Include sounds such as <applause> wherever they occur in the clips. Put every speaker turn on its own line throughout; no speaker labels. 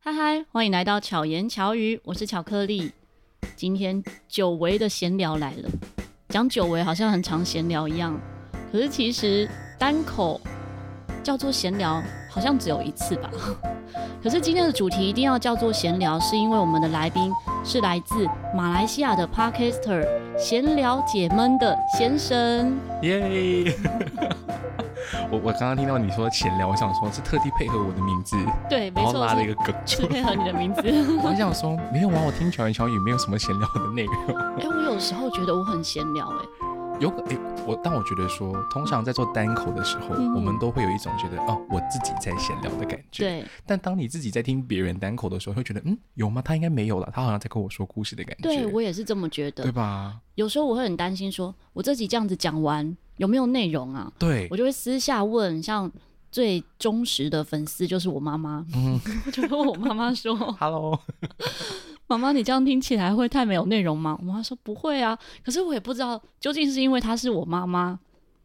嗨嗨，欢迎来到巧言巧语，我是巧克力。今天久违的闲聊来了，讲久违好像很常闲聊一样，可是其实单口叫做闲聊好像只有一次吧。 <laughs> 可是今天的主题一定要叫做闲聊，是因为我们的来宾是来自马来西亚的 Podcaster 闲聊解闷的先生。
耶、 <laughs> 我我刚刚听到你说闲聊，我想说是特地配合我的名字，
对，没
然后
错，
拉了一
是
个梗出
是 <laughs> 配
来。
合你的名字。
<laughs> 我想说没有啊，我听巧言巧语没有什么闲聊的内容。
哎、我有时候觉得我很闲聊、哎。
有个诶、我但我觉得说，通常在做单口的时候，
嗯
我们都会有一种觉得哦，我自己在闲聊的感觉。。
对，
但当你自己在听别人单口的时候，会觉得嗯，有吗？他应该没有了，他好像在跟我说故事的感觉。
对我也是这么觉得
对。吧？
有时候我会很担心说，我这集这样子讲完有没有内容啊？
对
我，就会私下问，像最忠实的粉丝就是我妈妈，我就跟我妈妈说
Hello，：“
妈妈，你这样听起来会太没有内容吗？”我妈说：“不会啊。”可是我也不知道究竟是因为她是我妈妈。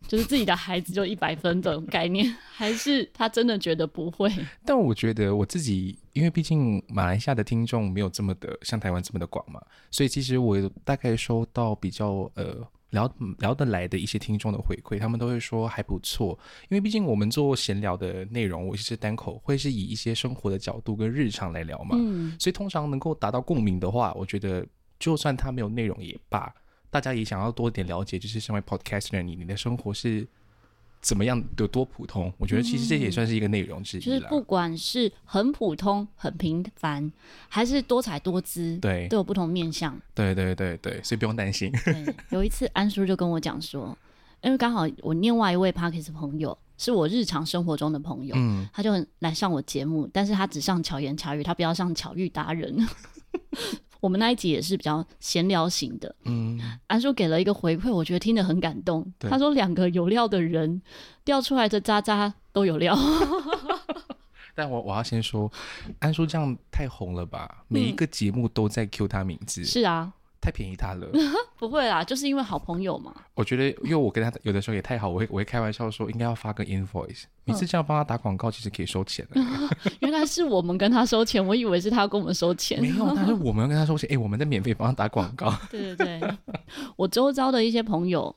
就是自己的孩子就一百分这种概念， <laughs> 还是她真的觉得不会？
但我觉得我自己，因为毕竟马来西亚的听众没有这么的像台湾这么的广嘛，所以其实我大概收到比较呃聊聊得来的一些听众的回馈，他们都会说还不错。因为毕竟我们做闲聊的内容，我是单口，会是以一些生活的角度跟日常来聊嘛，
嗯，
所以通常能够达到共鸣的话，我觉得就算它没有内容也罢，大家也想要多一点了解，就是身为 podcaster 你你的生活是。怎么样有多普通？我觉得其实这也算是一个内容之一
嗯就是
啦。
不管是很普通、很平凡，还是多彩多姿，
对
都有不同面向。
对对对对，所以不用担心。
对，有一次安叔就跟我讲说，因为刚好我另外一位 Parkes 朋友是我日常生活中的朋友，
嗯，
他就很来上我节目，但是他只上巧言巧语，他不要上巧遇达人。 <laughs> 我们那一集也是比较闲聊型的，
嗯，
安叔给了一个回馈，我觉得听得很感动。
对
他说两个有料的人掉出来的渣渣都有
<laughs>
料，
<laughs> 但我我要先说，安叔这样太红了吧？每一个节目都在 Q 他名字，
嗯是啊，
太便宜
<laughs>
他了。
不会啦，就是因为好朋友嘛。
我觉得，因为我跟他有的时候也太好，我会我会开玩笑说应该要发个 invoice，每
嗯
次这样帮他打广告，其实可以收
<laughs>
钱了。
原来是我们跟他收钱，我以为是他要跟我们收钱。
没有，但是我们跟他说钱，哎、我们在免费帮他打广告。
对对对， <laughs> 我周遭的一些朋友，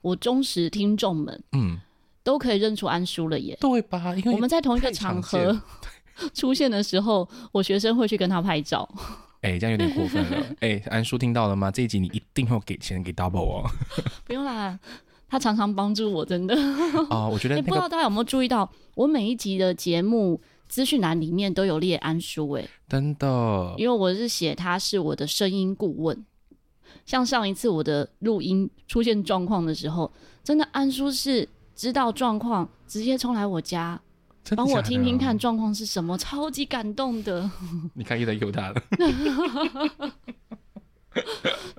我忠实听众们
嗯，
都可以认出安叔了耶。
对吧？因为
我们在同一个
太常
场
见
合 <laughs> 出现的时候，我学生会去跟他拍照。
哎、这样有点过分了。
<laughs>
哎、安叔听到了吗？这一集你一定会给钱给 double 哦。
<laughs> 不用啦，他常常帮助我，真的。
啊、我觉得
哎、
那
不知
个
道大家有没有注意到，我每一集的节目资讯栏里面都有列安叔哎、
真的
因为我是写他是我的声音顾问。像上一次我的录音出现状况的时候，真的安叔是知道状况，直接冲来我家，
真的啊
帮
假
我
的
听听看状况是什么，超级感动的。 <laughs>
你看又在 Q 他了。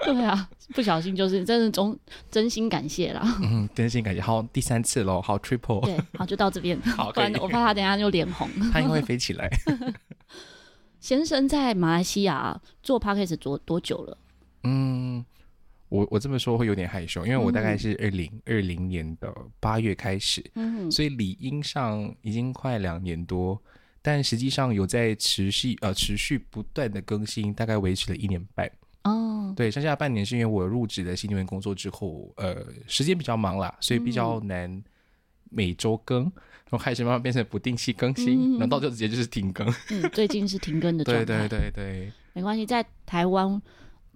对啊，不小心就是真的中真心感谢
<laughs>
啦。
嗯，真心感谢。好，第三次喽，好 triple，
对，好，就到这边，
好，
不
可
然
以，
我怕他等一下就脸红。
<laughs> 它应该会飞起来。
先生在马来西亚、做 podcast 多多久了？
嗯，我我这么说会有点害羞，因为我大概是二零二零年的八月开始，
嗯，
所以理应上已经快两年多，但实际上有在持续呃持续不断的更新，大概维持了一年半。
哦，
对，剩下半年是因为我入职了新能源工作之后，呃，时间比较忙啦，所以比较
嗯
难每周更，然后开始慢慢变成不定期更新，然后到就直接就是停更。
嗯，最近是停嗯更的状
对
态。
<laughs> 对对对。
没关系，在台湾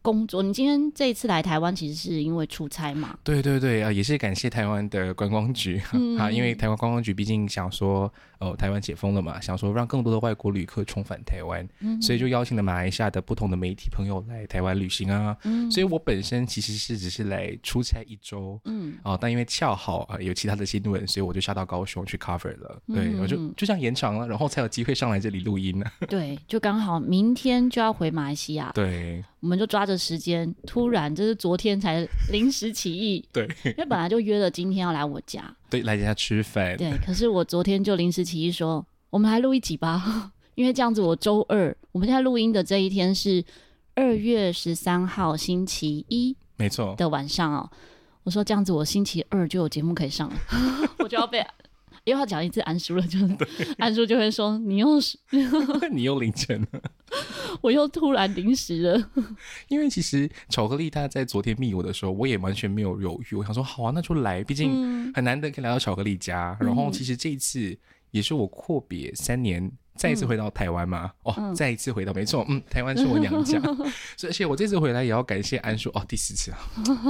工作。你今天这一次来台湾，其实是因为出差嘛？
对对对啊、也是感谢台湾的观
<laughs>
光局、
嗯
啊，因为台湾观光局毕竟想说，哦，台湾解封了嘛，想说让更多的外国旅客重返台湾，
嗯
所以就邀请了马来西亚的不同的媒体朋友来台湾旅行啊。所以我本身其实是只是来出差一周，
嗯，
哦，但因为恰好啊、有其他的新闻，所以我就下到高雄去 cover 了。对，我就
嗯
就这样延长了，然后才有机会上来这里录音呢、
<laughs>
啊
对，就刚好明天就要回马来西亚，
对，
我们就抓着时间。突然，这是昨天才临时起意
对
因为本来就约了今天要来我家，
对，来家吃饭，
对。可是我昨天就临时起意说，我们来录一集吧， <laughs> 因为这样子我周二，我们现在录音的这一天是二月十三号星期一，
没错。
<laughs> <laughs>
<laughs>
的晚上哦，我说这样子，我星期二就有节目可以上了，我就要被因为他讲一次安叔了，就是安叔就会说你又是
你又凌晨了。
我又突然临时了，
因为其实巧克力他在昨天密我的时候，我也完全没有犹豫，我想说好啊，那就来，毕竟
嗯
很难得可以来到巧克力家。然后其实这一次也是我阔别三年。再一
嗯
次回到台湾嘛？哦，再一次回到，没错，嗯，台湾是我娘
<laughs>
家，所以而且我这次回来也要感谢安叔哦，第四次啊，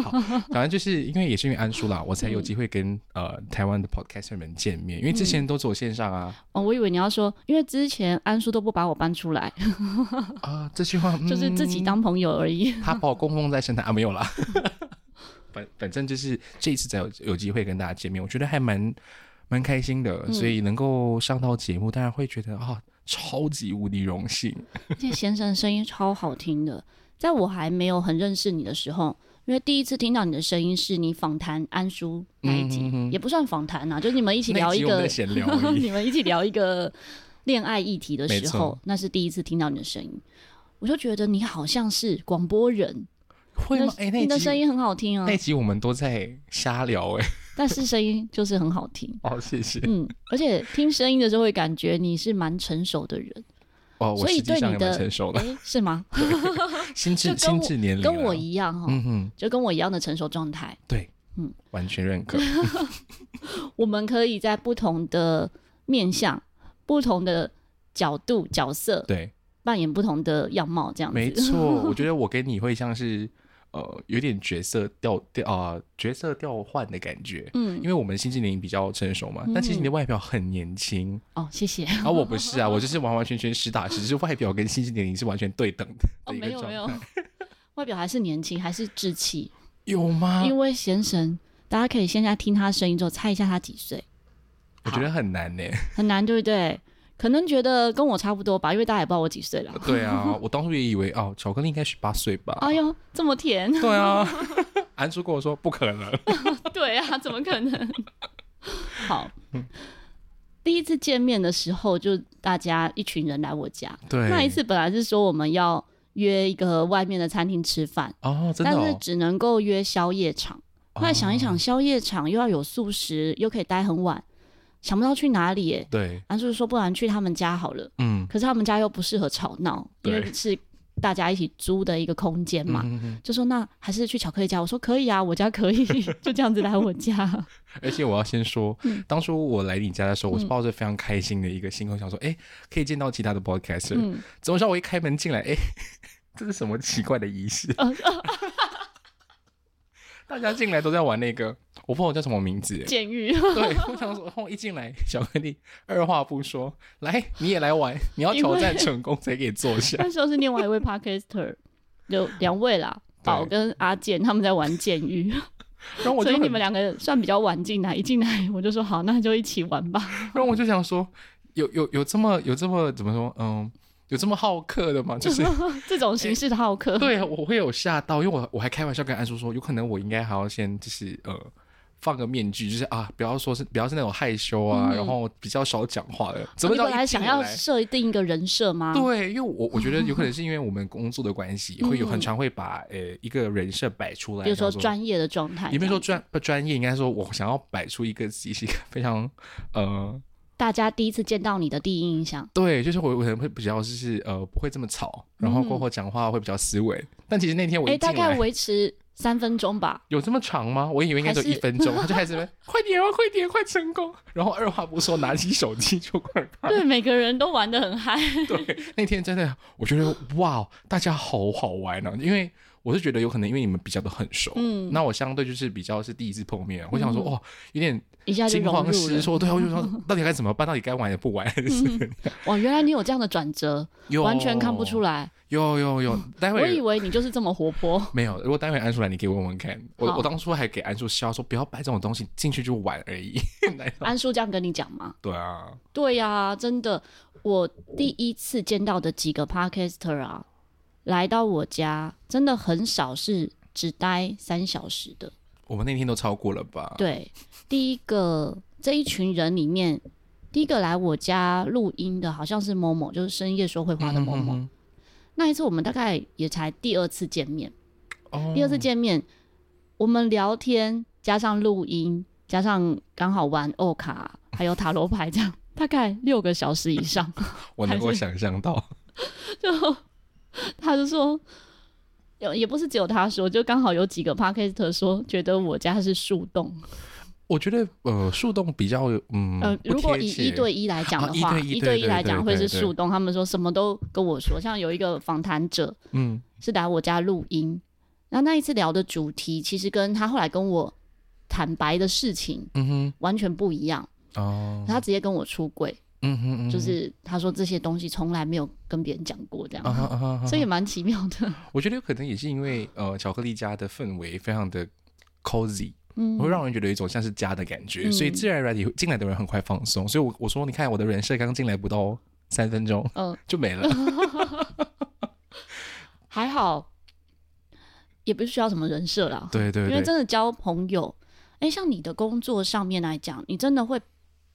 好，反正就是因为也是因为安叔啦，我
嗯
才有机会跟呃台湾的 podcaster 们见面，因为之前都走线上啊，
哦，我以为你要说，因为之前安叔都不把我搬出来，
啊，这句话
就是自己
嗯
当朋友而已。 <laughs>
他把我供奉在神坛啊，没有啦。 <laughs> 反反正就是这一次才有有机会跟大家见面，我觉得还蛮蛮开心的，
嗯
所以能够上到节目，当然会觉得啊、超级无敌荣幸。
这先生声音超好听的，在我还没有很认识你的时候，因为第一次听到你的声音是你访谈安叔那一集，
嗯哼
也不算访谈啊，就是你们一起
那
聊
一集
一
我们
个
在闲聊而
<laughs>
已
你们一起聊一个恋爱议题的
没
时候
错，
那是第一次听到你的声音，我就觉得你好像是广播人，
会吗？哎、
你的
那
你
一
的声
集
音很好听啊
那一，集我们都在瞎聊哎、 <laughs>
但是声音就是很好听。
哦，谢谢
嗯，而且听声音的时候会感觉你是蛮成熟的人，
哦，我
所以
实际
对
上
你
也蛮
的
成熟
<laughs>
的，
诶，是吗？
心
就
智
跟
心
我
智年龄
跟
啦
我一样哈、
嗯哼，
就跟我一样的成熟状态。
对，
嗯
嗯，完全认
<laughs>
可。
我们可以在不同的面向、不同的角度、角色
对，
扮演不同的样貌，这样
没
子。 <laughs>
错，我觉得我跟你会像是呃，有点角色调调啊、角色调换的感觉。
嗯
因，为我们心智年龄比较成熟嘛，但其实你的外表很年轻，
哦，谢谢。
而、我
<laughs>
不是啊，我就是完完全全实打实，只是外表跟心智年龄是完全对等的
哦，
<laughs> 的一
没
个
有
状态。
没有， <laughs> 外表还是年轻，还是稚气。
有吗？
因为先生，大家可以现在听他声音之后猜一下他几岁，
我觉得很难呢、
很难，对不对？可能觉得跟我差不多吧，因为大家也不知道我几岁了。
对啊，我当初也以为哦，巧克力应该十八岁吧。
哎呦，这么甜！
对啊，安叔跟我说不可
<laughs>
能。
对啊，怎么可
<laughs>
能？好，第一次见面的时候，就大家一群人来我家。
对，
那一次本来是说我们要约一个外面的餐厅吃饭，
哦，真的、
但是
哦。
只能够约宵夜场。后来想一想，
哦，
宵夜场又要有素食，又可以待很晚，想不到去哪里耶。
对，
安叔说，不然去他们家好了。
嗯，
可是他们家又不适合吵闹，因为
对
是大家一起租的一个空间嘛。
嗯嗯嗯
就说那还是去巧克力家，我说可以啊，我家可以， <laughs> 就这样子来我家。
而且我要先说，
嗯
当初我来你家的时候，我是抱着非常开心的一个心，我想说，哎、可以见到其他的 podcaster、
嗯，
怎么知道我一开门进来，哎、 <laughs> 这是什么奇怪的仪式？
哦
<laughs> 大家进来都在玩那个，我不知道我叫什么名字。
<laughs>
哎
监狱
对，我想说，哦，一进来，小克力二话不说，来，你也来玩，
<laughs>
你要挑
因
战
为
成功才可以坐下。
那时候是另外一位 podcaster，有两位啦，宝跟阿健他们在玩监狱，
然后 <laughs> 我
所
就
以
很
你们两个算比较晚进来。一进来我就说好，那就一起玩吧。
然后我就想说，有有有这么有这么怎么说，嗯，有这么好客的吗？就是
<laughs> 这种形式的好 <laughs> 客，
对，啊我会有吓到，因为我我还开玩笑跟安叔说，有可能我应该还要先就是呃放个面具，就是啊，不要说是不要是那种害羞啊，
嗯
然后比较少讲话的。
哦
怎么
你
叫
本来
一进
想要
来
设定一个人设吗？
对，因为我我觉得有可能是因为我们工作的关系，会有很常会把呃一个人设摆出来，
嗯比如说
想
专业的状态，
也没有说专不专业，应该说我想要摆出一个自己是一个非常呃，
大家第一次见到你的第一印象，
对，就是我我可能会比较就是呃不会这么吵，然后过后讲话会比较斯文。但其实那天我
哎，
一
嗯大
进
概
来，
维持三分钟吧。
<laughs> 有这么长吗？我以为应该就
还是
一
<laughs>
分钟，他就开始在那边快点哦，快点，快成功！ <laughs> 然后二话不说拿起手机就快拍。
对，每个人都玩的很嗨。 <laughs>
对， <laughs> 那天真的我觉得哇，大家好好玩哦、因为我是觉得有可能因为你们比较的很熟，
嗯
那我相对就是比较是第一次碰面，我想说
嗯
哇，有点
一下就
惊
融
慌
入
失
了。
措，对啊，我就说到底该怎么办？到底该玩也不玩，
哇，原来你有这样的转折，
<laughs> 有
完全看不出
来。
来。
有有有，待
我以
会。
为你就是这么活泼。
没有，如果待会安叔来，你可以问问看。
好
我我当初还给安叔笑说，不要摆这种东西进去就玩而已。 <laughs> 难道
安叔这样跟你讲吗？
对啊，
对呀、真的，我第一次见到的几个 podcaster 啊，来到我家，真的很少是只待三小时的。
我们那天都超过了吧？
对，第一个这一群人里面，第一个来我家录音的好像是某某，就是深夜说会话的某某。
嗯
那一次我们大概也才第二次见面。
哦
第二次见面，我们聊天加上录音，加上刚好玩欧卡，还有塔罗牌这样，大概六个小时以上。 <laughs>
我能够想象到， <laughs>
就他就说，有也不是只有他说，就刚好有几个 p o d c a s t 说觉得我家是树洞。
我觉得呃，树洞比较嗯，
呃，
不
如果
贴
以
切
一对一来讲的
啊一
话，
对一
一
对
一
对
来讲
对
会
对
是
对
树洞，他们说什么都跟我说。像有一个访谈者
嗯
是来我家录音，然后那一次聊的主题其实跟他后来跟我坦白的事情
嗯
完全不一样。
哼哦，
他直接跟我出柜，
嗯哼嗯哼，
就是他说这些东西从来没有跟别人讲过，这样，
啊哈啊哈啊哈，
所以也蛮奇妙
<laughs>
的。
我觉得有可能也是因为呃，巧克力家的氛围非常的 cozy，
嗯，
会让人觉得有一种像是家的感觉，所以
嗯
自然而然也会进来的人很快放松。所以我我说，你看我的人设刚进来不到三分钟
嗯、
就没了，
还好，也不需要什么人设啦，
对对
因为
对，
真的交朋友，哎、像你的工作上面来讲，你真的会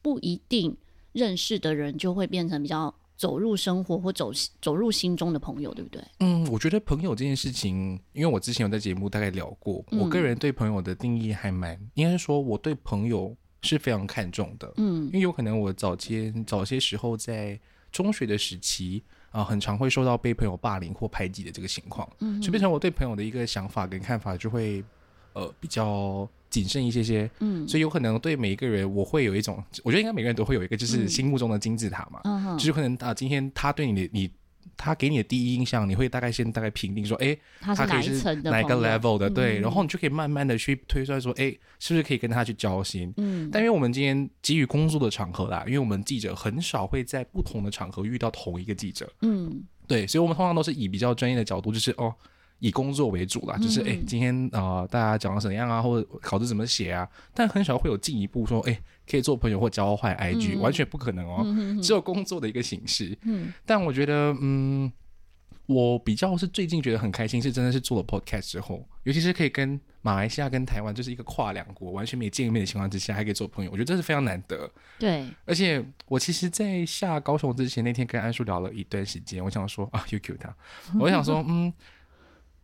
不一定认识的人就会变成比较走入生活或走走入心中的朋友，对不对？
嗯，我觉得朋友这件事情，因为我之前有在节目大概聊过，
嗯
我个人对朋友的定义还蛮，应该是说我对朋友是非常看重的，
嗯
因为有可能我早些早些时候在中学的时期啊、很常会受到被朋友霸凌或排挤的这个情况，
嗯
所以变成我对朋友的一个想法跟看法就会呃比较谨慎一些些，
嗯
所以有可能对每一个人我会有一种，我觉得应该每个人都会有一个就是
嗯
心目中的金字塔嘛，
嗯哼
就是可能啊，今天他对你的你，他给你的第一印象，你会大概先大概评定说，哎，
他是
他可
哪
以
一
是
层的
哪一个
朋友
level 的，对，
嗯
然后你就可以慢慢的去推算说，哎，是不是可以跟他去交心？
嗯，
但因为我们今天基于工作的场合啦，因为我们记者很少会在不同的场合遇到同一个记者，
嗯
对，所以我们通常都是以比较专业的角度，就是哦，以工作为主啦，就是哎、
嗯
今天啊、呃大家讲的怎样啊，或者考试怎么写啊，但很少会有进一步说，哎、可以做朋友或交换 IG，、
嗯
完全不可能哦，
嗯
只有工作的一个形式。
嗯
但我觉得，嗯，我比较是最近觉得很开心，是真的是做了 podcast 之后，尤其是可以跟马来西亚跟台湾就是一个跨两国完全没见面的情况之下，还可以做朋友，我觉得这是非常难得。
对，
而且我其实，在下高雄之前，那天跟安叔聊了一段时间，我想说啊，又 Q 他，我想说，嗯，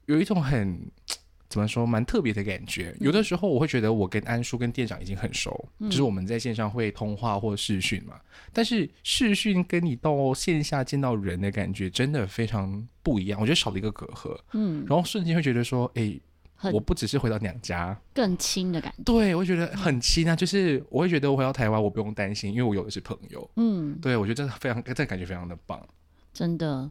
有一种很怎么说，蛮特别的感觉。有的时候我会觉得我跟安叔跟店长已经很熟，就是我们在线上会通话或视讯嘛。但是视讯跟你到线下见到人的感觉真的非常不一样，我觉得少了一个隔阂，
嗯，
然后瞬间会觉得说，诶，
很
我不只是回到娘家，
更亲的感觉，
对我会觉得很亲啊，就是我会觉得我回到台湾我不用担心，因为我有的是朋友。
嗯，
对，我觉得真的非常，这感觉非常的棒。
真的，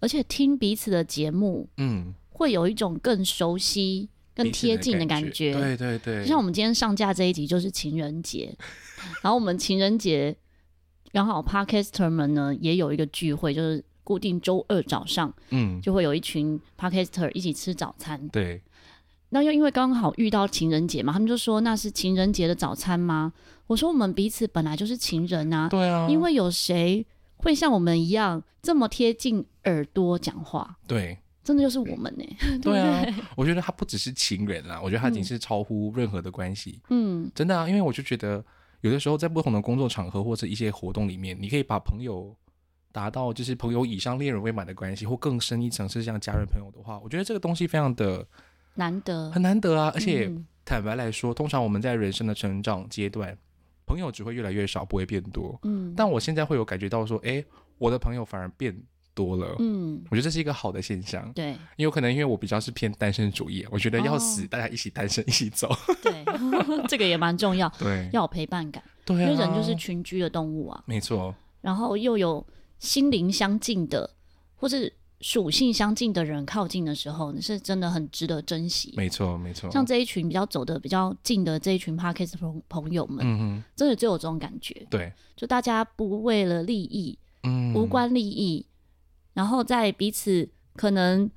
而且听彼此的节目，
嗯，
会有一种更熟悉、更
彼此
贴近的
感
感觉。
对对对，
就像我们今天上架这一集就是情人节，然后我们情人节刚好 podcaster 们呢也有一个聚会，就是固定周二早上
嗯，
就会有一群 podcaster 一起吃早餐。
对，
那又因为刚好遇到情人节嘛，他们就说那是情人节的早餐吗？我说我们彼此本来就是情人啊，
对啊，
因为有谁会像我们一样这么贴近耳朵讲话？
对
真的就是我们呢、
对啊，我觉得他不只是情人啦，我觉得他已经是超乎任何的关系，
嗯，
真的啊，因为我就觉得有的时候在不同的工作场合或者一些活动里面，你可以把朋友。达到就是朋友以上恋人未满的关系，或更深一层是像家人朋友的话，我觉得这个东西非常的
难得，
很难得啊。而且
嗯
坦白来说，通常我们在人生的成长阶段，朋友只会越来越少，不会变多。
嗯
但我现在会有感觉到说，诶，我的朋友反而变多了。
嗯，
我觉得这是一个好的现象，
对
因为有可能因为我比较是偏单身主义，我觉得要死、
哦
大家一起单身一起
<laughs>
走。
对， <laughs> 这个也蛮重要。
<laughs> 对
要有陪伴感，
对
因
啊，
为人就是群居的动物啊，
没错，
然后又有心灵相近的或是属性相近的人靠近的时候，你是真的很值得珍惜。
没错，没错。
像这一群比较走的比较近的这一群 Parkes 朋朋友们，
嗯哼，
真的就有这种感觉，
对，
就大家不为了利益，
嗯，
无关利益，然后在彼此可能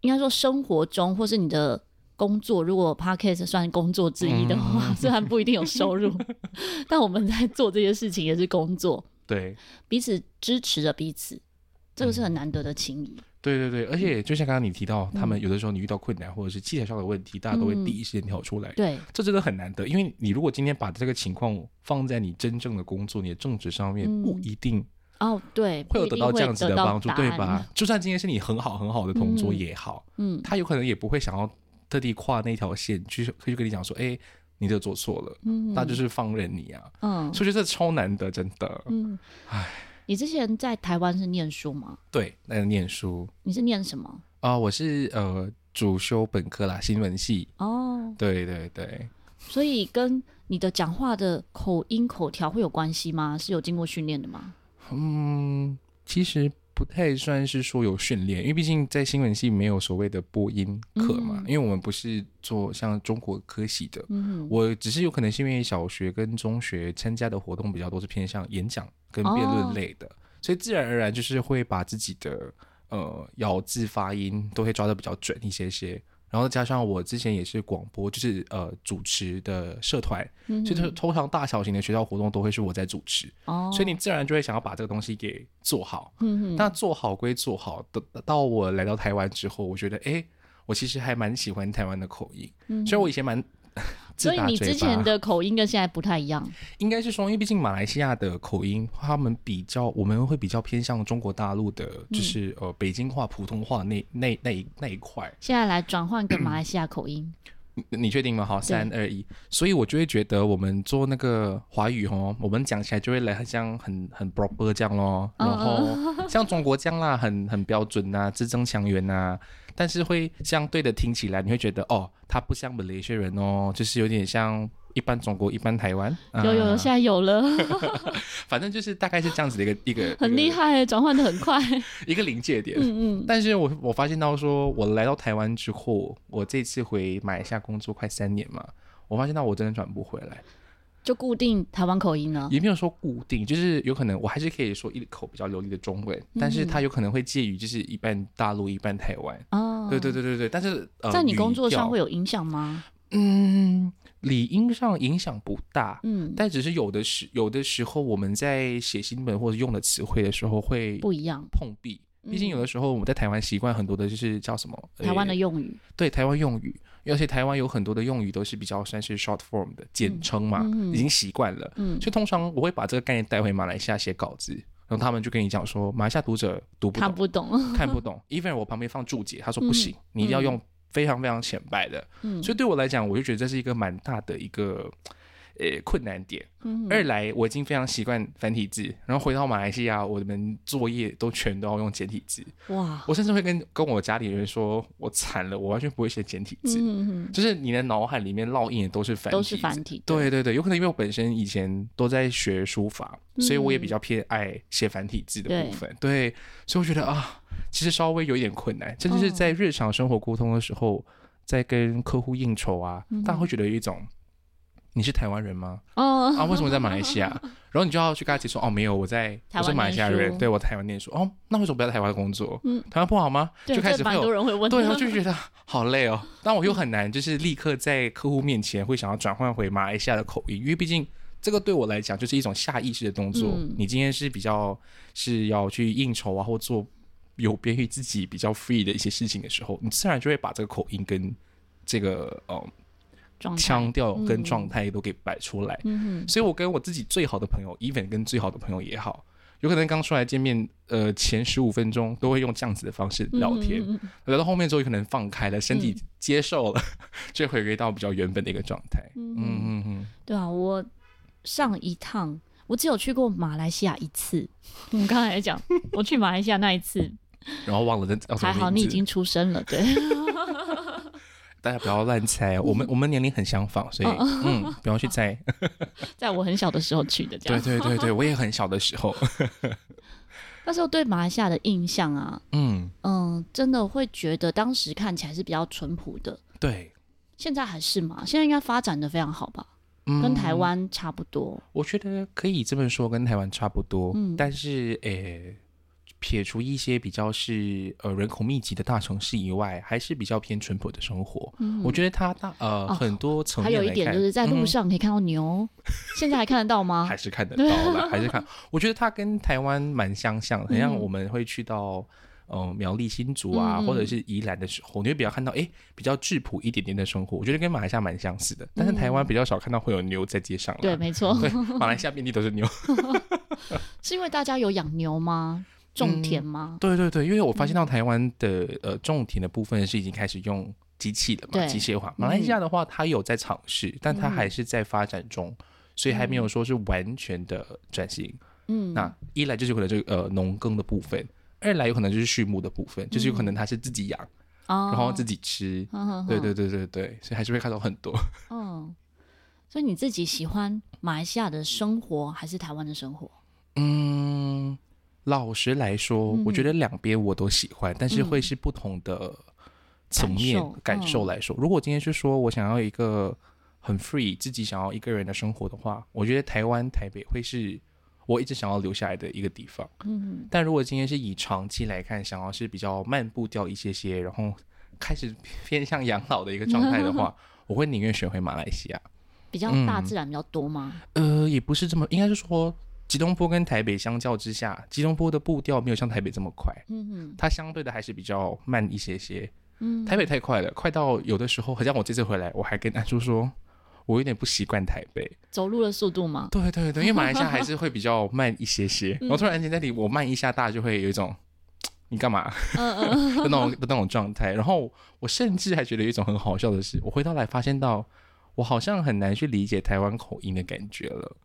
应该说生活中，或是你的工作，如果 podcast 算工作之一的话，<laughs>
嗯
虽然不一定有收
<laughs>
入，但我们在做这些事情也是工作，
对。
彼此支持着彼此，这个是很难得的情谊。
对对对，
嗯
而且就像刚刚你提到，他们有的时候你遇到困难或者是器材上的问题，大家都会
嗯
第一时间跳出来，
对，
这真的很难得。因为你如果今天把这个情况放在你真正的工作、你的正职上面，
嗯
不一定
哦，对，
会有
不
得
一定
到这样子
得
的
到
帮助，
答
对
案
吧？？就算今天是你很好很好的同桌
嗯
也好，
嗯，
他有可能也不会想要特地跨那条线去去跟你讲说，哎、你就做错了，
嗯
那就是放任你啊。
嗯
所以我觉得这超难的，真的。
嗯，你之前在台湾是念书吗？
对，那念书
你是念什么？
啊、我是呃主修本科啦，新闻系。
哦，
对对对，
所以跟你的讲话的口音口条会有关系吗？是有经过训练的吗？
嗯，其实不太算是说有训练，因为毕竟在新闻系没有所谓的播音课嘛，
嗯
因为我们不是做像中国科系的。
嗯，
我只是有可能是因为小学跟中学参加的活动比较多，是偏向演讲跟辩
哦
论类的，所以自然而然就是会把自己的呃咬字发音都会抓的比较准一些些。然后加上我之前也是广播，就是呃主持的社团，
嗯
所以就是通常大小型的学校活动都会是我在主持，
哦，
所以你自然就会想要把这个东西给做好。
嗯
那做好归做好，到到我来到台湾之后，我觉得哎、诶我其实还蛮喜欢台湾的口音，
嗯
虽然我以
<laughs>
前蛮自
所以
打
你
嘴
之
巴
前的口音跟现在不太一样，
应该是说，因为毕竟马来西亚的口音，他们比较我们会比较偏向中国大陆的，就是、呃北京话、普通话那那那一那一块。
现在来转换个马来西亚口音。
你你确定吗？好，三二一。所以我就会觉得我们做那个华语哦，我们讲起来就会来很像很很 proper 这样咯，
嗯
然
<laughs>
后像中国这样啦，很很标准呐、字正腔圆呐、但是会相对的听起来，你会觉得哦，他不像马来西亚人哦，就是有点像一般中国，一般台湾。
有有有，
啊
现在有
<laughs>
了，
反正就是大概是这样子的
<laughs>
一个一个
很
一
厉
个
害，转换的很
<laughs>
快。
一个临界点。
嗯嗯，
但是我我发现到说，我来到台湾之后，我这次回马来西亚工作快三年嘛，我发现到我真的转不回来，
就固定台湾口音了。
也没有说固定，就是有可能我还是可以说一口比较流利的中文，但
嗯
是它有可能会介于就是一半大陆一半台湾。
哦，
对对，对对对，但是、呃、
在你工作上会
有
有影响吗？
嗯，理应上影响不大。
嗯，
但只是有的时有的时候，我们在写新本或者用的词汇的时候会
不一样，
碰壁。毕竟有的时候我们在台湾习惯很多的就是叫什么
台湾的
呃
用语。
对台湾用语，而且台湾有很多的用语都是比较算是 short form 的简称嘛，
嗯嗯
已经习惯了。
嗯
所以通常我会把这个概念带回马来西亚写稿子，然后他们就跟你讲说，马来西亚读者读不
看
懂、
不懂。
看不
<laughs>
懂。even 我旁边放注解，他说
嗯
不行，你一定要用非常非常浅白的。
嗯
所以对我来讲，我就觉得这是一个蛮大的一个。呃，困难点。
嗯
二来，我已经非常习惯繁体字，然后回到马来西亚，我们作业都全都要用简体字。
哇，
我甚至会跟跟我家里人说，我惨了，我完全不会写简体字，
嗯嗯
就是你的脑海里面烙印的都是
嗯，
繁体字
都是繁体。
对对对，有可能因为我本身以前都在学书法，
嗯
所以我也比较偏爱写繁体字的部分。对，所以我觉得啊，其实稍微有一点困难，甚至是
嗯
在日常生活沟通的时候，在跟客户应酬啊，
嗯
大家会觉得有一种。你是台湾
<laughs>
人吗？
哦，
啊，为什么在马来西亚？然后你就要去跟他解释说，哦，没有，我在
台湾
我是马来西亚
念
人，
书
对我在台湾念书。哦，那为什么不要在台湾工作？
嗯
台湾不好吗？
对
就开
这
始会
蛮多
有。
人会 <laughs> 问。
对，我就觉得好累哦。但我又很难，就是立刻在客户面前会想要转换回马来西亚的口音，因为毕竟这个对我来讲就是一种下意识的动作。
嗯
你今天是比较是要去应酬啊，或做有别于自己比较 free 的一些事情的时候，你自然就会把这个口音跟这个呃
状态
腔调跟
嗯
状态都给摆出来。
嗯
所以我跟我自己最好的朋友，even 跟最好的朋友也好，有可能刚出来见面，呃，前十五分钟都会用这样子的方式
嗯
<laughs> 聊天，
嗯嗯嗯
聊到后面之后，有可能放开了，身体接受了， <laughs> 就回归到比较原本的一个状态。
嗯
嗯
嗯
嗯嗯，
对啊，我上一趟我只有去过马来西亚一次。 <laughs> 我们刚才讲，我去马来西亚那一
<laughs>
次，
然后忘了这哦
还好你已，经出生了，对。
<laughs> 大家不要乱猜，我
嗯
们我们年龄很相仿，所以
哦
嗯，不要
<laughs>
去猜。
在我很小的时候去的，这
对
样。
对对对，我也很小的时候， <laughs>
那时候对马来西亚的印象啊，
嗯，
嗯，真的会觉得当时看起来是比较淳朴的。
对，
现在还是嘛，现在应该发展的非常好吧，
嗯
跟台湾差不多。
我觉得可以这么说，跟台湾差不多，
嗯
但是诶、撇除一些比较是呃人口密集的大城市以外，还是比较偏淳朴的生活。
嗯，
我觉得它大呃、
哦
很多层
还
面
有一
来
点
看
就是在
嗯
路
哼
上可以看到
<laughs>
牛，现在还看得到吗
还？是看得到了，还
<laughs>
是看。我觉得它跟台湾蛮相像的，很像我们会去到。呃，苗栗、新竹啊，
嗯
或者是宜兰的时候，你会比较看到，诶，比较质朴一点点的生活，我觉得跟马来西亚蛮相似的。但是台湾比较少看到会有牛在街上啦。
嗯对，没错，
对，马来西亚遍地都是
<laughs>
牛。
是因为大家有养牛吗？种田吗？嗯
对对对，因为我发现到台湾的、呃种田的部分是已经开始用机器的嘛，
对嗯
机械化。马来西亚的话，它有在尝试，但它还是在发展中，所以还没有说是完全的转型。
嗯，
那一来就是可能这个呃农耕的部分，二来有可能就是畜牧的部分，就是有可能它是自己养，
哦，
然后自己吃。
呵呵呵，
对对对对对，所以还是会看到很多。
哦，所以你自己喜欢马来西亚的生活还是台湾的生活？
嗯，老实来说，我觉得两边我都喜欢，但是会是不同的层面
感受
感受来说。如果今天是说我想要一个很 free 自己想要一个人的生活的话，我觉得台湾台北会是我一直想要留下来的一个地方。
嗯，
但如果今天是以长期来看，想要是比较慢步调一些些，然后开始偏向养老的一个状态的话， <laughs> 我会宁愿选回马来西亚。
比较大自然比较多吗？
呃，也不是这么，应该是说吉隆坡跟台北相较之下，吉隆坡的步调没有像台北这么快，
嗯
它相对的还是比较慢一些些。
嗯
台北太快了，快到有的时候，好像我这次回来，我还跟安叔说。我有点不习惯台北，
哼，走路的速度
<laughs>
吗？
对对对，因为马来西亚还是会比较慢一些 <laughs> 些。然后突然间那里我慢一下大，就会有一种你干嘛？
嗯嗯，
的那种的那种状态。然后我甚至还觉得有一种很好笑的是，我回到来发现到我好像很难去理解台湾口音的感觉了。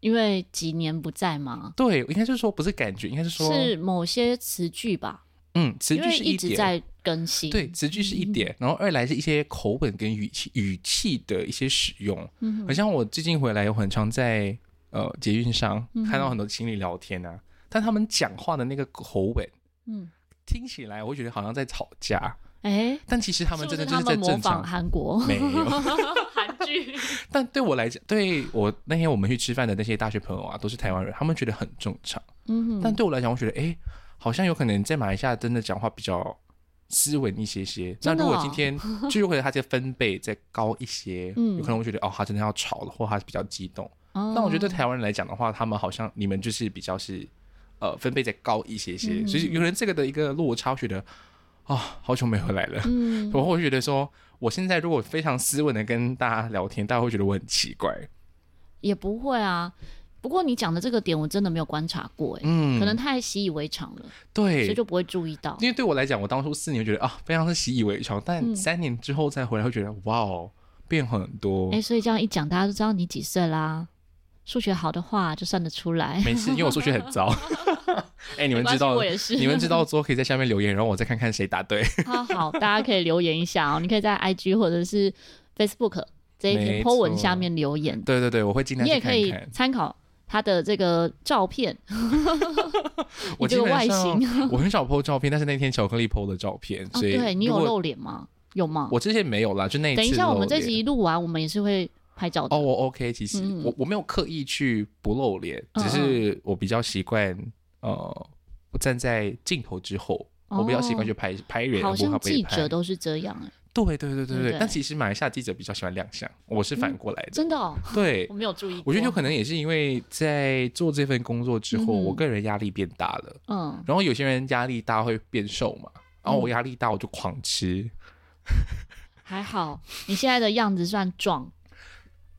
因为几年不在嘛，
对，应该是说不是感觉，应该是说
是某些词句吧，
嗯，词
因
句
为
是
一直
点。
在嗯更新。
对，，词句是一点，然后二来是一些口吻跟语气、语气的一些使用。
嗯
好像我最近回来，有很常在呃捷运上
嗯
看到很多情侣聊天啊，但他们讲话的那个口吻
嗯，
听起来，我会觉得好像在吵架，
哎，
但其实他们
是
真
不
的
是
就
他们
是在
模
正
仿
常
韩国 <laughs>
<laughs> 没有。
韩剧？
但对我来讲，对我那天我们去吃饭的那些大学朋友啊，都是台湾人，他们觉得很正常。
嗯
<laughs> 但
哼，
对我来讲，我觉得哎、诶好像有可能在马来西亚真的讲话比较斯文一些些。那
真的
如
哦
果今天就有可能他这分贝再高一些，
<laughs> 嗯
有可能我觉得哦，他真的要吵了，或他比较激动。
哦
但我觉得对台湾人来讲的话，他们好像你们就是比较是呃分贝再高一些些，
嗯
所以有人这个的一个落差，我觉得啊、好久没回来了。
嗯，
我会觉得说，我现在如果非常斯文的跟大家聊天，大家会觉得我很奇怪。
也不会啊。不过你讲的这个点，我真的没有观察过，哎，
嗯，
可能太习以为常了，所
对
以，就不会注意到。
因为对我来讲，我当初四年觉得啊，非常是习以为常，
嗯
但三年之后再回来，会觉得哇哦，变很
<laughs>
多
哎、。所以这样一讲，大家都知道你几岁啦。数学好的话就算得出来。
没事，因为我数学
<laughs>
很糟。哎， <laughs> 你们知
没关
道
系我也，是
你们知道之后可以在下面留言，然后我再看看谁答对。
<laughs> 好好，大家可以留言一下哦，你可以在 IG 或者是 Facebook 这一
没
篇
错
po 文下面留言，
对对对，我会尽量
你也
去
可
看
以
看。
参考他的这个照片。
我
你这
基
个
本
外
上
形
<laughs> 我很少 PO 照片，但是那天巧克力 PO 的照片，
哦，
所以
对你
如
有
果
露脸吗？有吗？
我之前没有啦，就那一次。
等一下，我们这集录完，我们也是会拍照的。
哦，我 OK，其实、
嗯
我我没有刻意去不露脸，
嗯
只是我比较习惯呃，我站在镜头之后，
哦
我比较习惯去拍拍人，
好
我
像
怕被
记
拍
者都是这样、哎，
对对对
对
对对
不对
但其实马来西亚记者比较喜欢亮相，我是反过来的。
真的哦，
对
我，没有注意过。
我觉得有可能也是因为在做这份工作之后，
嗯
我个人压力变大了，
嗯，
然后有些人压力大会变瘦嘛，然后我压力大我就狂吃。
还好，你现在的样子算壮，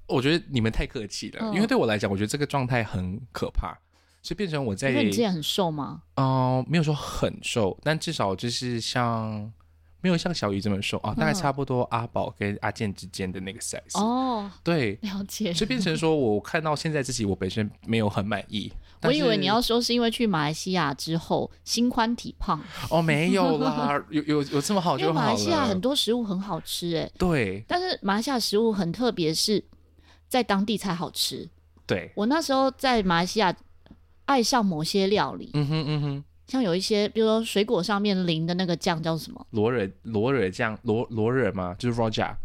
我觉得你们太客气了，
嗯
因为对我来讲，我觉得这个状态很可怕，所以变成我在
因为你之前很瘦吗？
哦，没有说很瘦，但至少就是像没有像小鱼这么瘦啊，大概
嗯
差不多阿宝跟阿健之间的那个 size。
哦，
对，
了解。
所以变成说我看到现在自己，我本身没有很满意。
<laughs> 我
但
以为
是
你要说是因为去马来西亚之后心宽体胖，
哦，没
<laughs>
有啦，有有有这么好
因
哦就
为
好了。
马来西亚很多食物很好吃哎、
对
但是马来西亚食物很特别，是在当地才好吃。
对，
我那时候在马来西亚爱上某些料理，
嗯哼嗯哼，
像有一些，比如说水果上面淋的那个酱叫什么？
罗惹罗惹酱罗罗惹嘛，就是 Roger，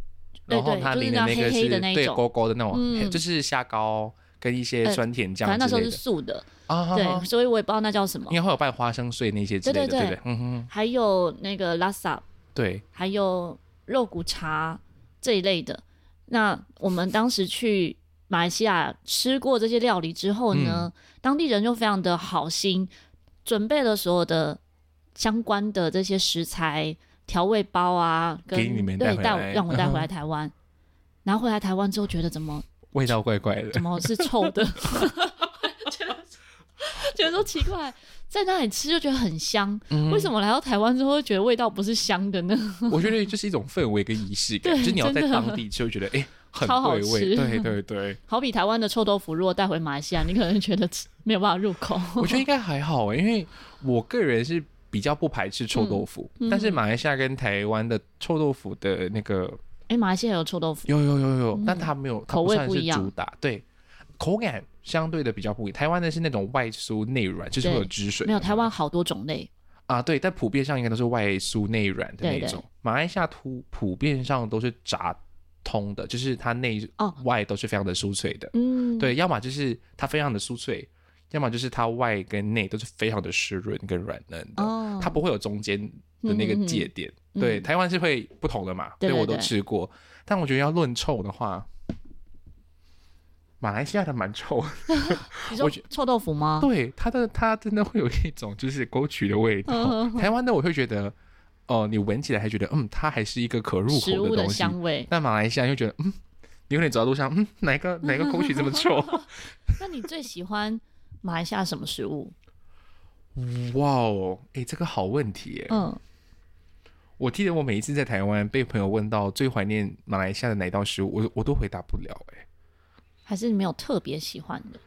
对
然后
对
它
就是
淋
那
那个
黑黑
是
的那一
对
种
勾勾的那
嗯
种，就是虾膏跟一些
呃
酸甜
反
酱
正那时
之
候
类
是
的
素的，
啊，
对，所以我也不知道那叫什么
应。该会有拌花生碎那些之类的，
对对
对
对
不对？嗯哼，
还有那个拉萨，
对，
还有肉骨茶这一类的。那我们当时去马来西亚吃过这些料理之后呢，
嗯
当地人就非常的好心，准备了所有的相关的这些食材、调味包啊，跟
给你们带
对
回
带我
来
让我带回来
嗯
台
<laughs>
湾。然后回来台湾之后，觉得怎么 <laughs>
味道怪怪的
怎。么是臭的，觉得说奇怪，在那里吃就觉得很香，
嗯
为什么来到台湾之后会觉得味道不是香的呢？ <laughs>
我觉得这是一种氛围跟仪式感，
对
就是你要在
真的
当地就会觉得哎、很
超好
对味，
吃
对对对，
好比台湾的臭豆腐，如果带回马来西亚，你可能觉得吃 <laughs> 没有办法入口。
我觉得应该还好、因为我个人是比较不排斥臭豆腐，
嗯嗯
但是马来西亚跟台湾的臭豆腐的那个
哎、马来西亚有臭豆腐，
有有有有，但它没有
嗯
它
口味
算
不
是
一样
主打，对，口感相对的比较不一样。台湾的是那种外酥内软，就是会有
对
汁水的
没
嘛。
有台湾好多种类，
啊，对，但普遍上应该都是外酥内软的那
对
种。
对
马来西亚土普遍上都是炸通的，就是它内
哦
外都是非常的酥脆的。
嗯，
对，要么就是它非常的酥脆，要么就是它外跟内都是非常的湿润跟软嫩的，
哦
它不会有中间的那个界点。
嗯嗯嗯
对，
嗯
台湾是会不同的嘛，
对对
我都
对
吃过，但我觉得要论臭的话，马来西亚的蛮臭
哦
的，
你说
我觉
臭豆腐 <laughs> 吗？
<laughs> 对它的它真的会有一种就是沟渠的味道。
嗯
台湾的我会觉得，哦、你闻起来还觉得嗯，它还是一个可入
食
口
物
东西，
香味。
但马来西亚又觉得嗯。你有点走在路上，嗯，哪个哪个沟渠这
<laughs>
么臭？
那你最喜欢马来西亚什么食物？
哇哦，哎、这个好问题耶！
嗯，
我记得我每一次在台湾被朋友问到最怀念马来西亚的哪一道食物，我我都回答不了哎。
还是你没有特别喜欢的？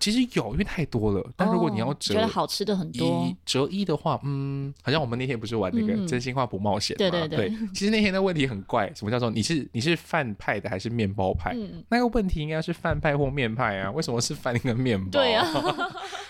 其实有，因为太多了。但如果你要
哦
折
觉得好吃的很多
一，折一的话，嗯，好像我们那天不是玩那个
嗯
真心话不冒险嘛、
对对对
其实那天的问题很怪，什么叫做你是你是饭派的还是面包派？
嗯，
那个问题应该是饭派或面派啊？为什么是饭跟面包？
对啊，
<laughs>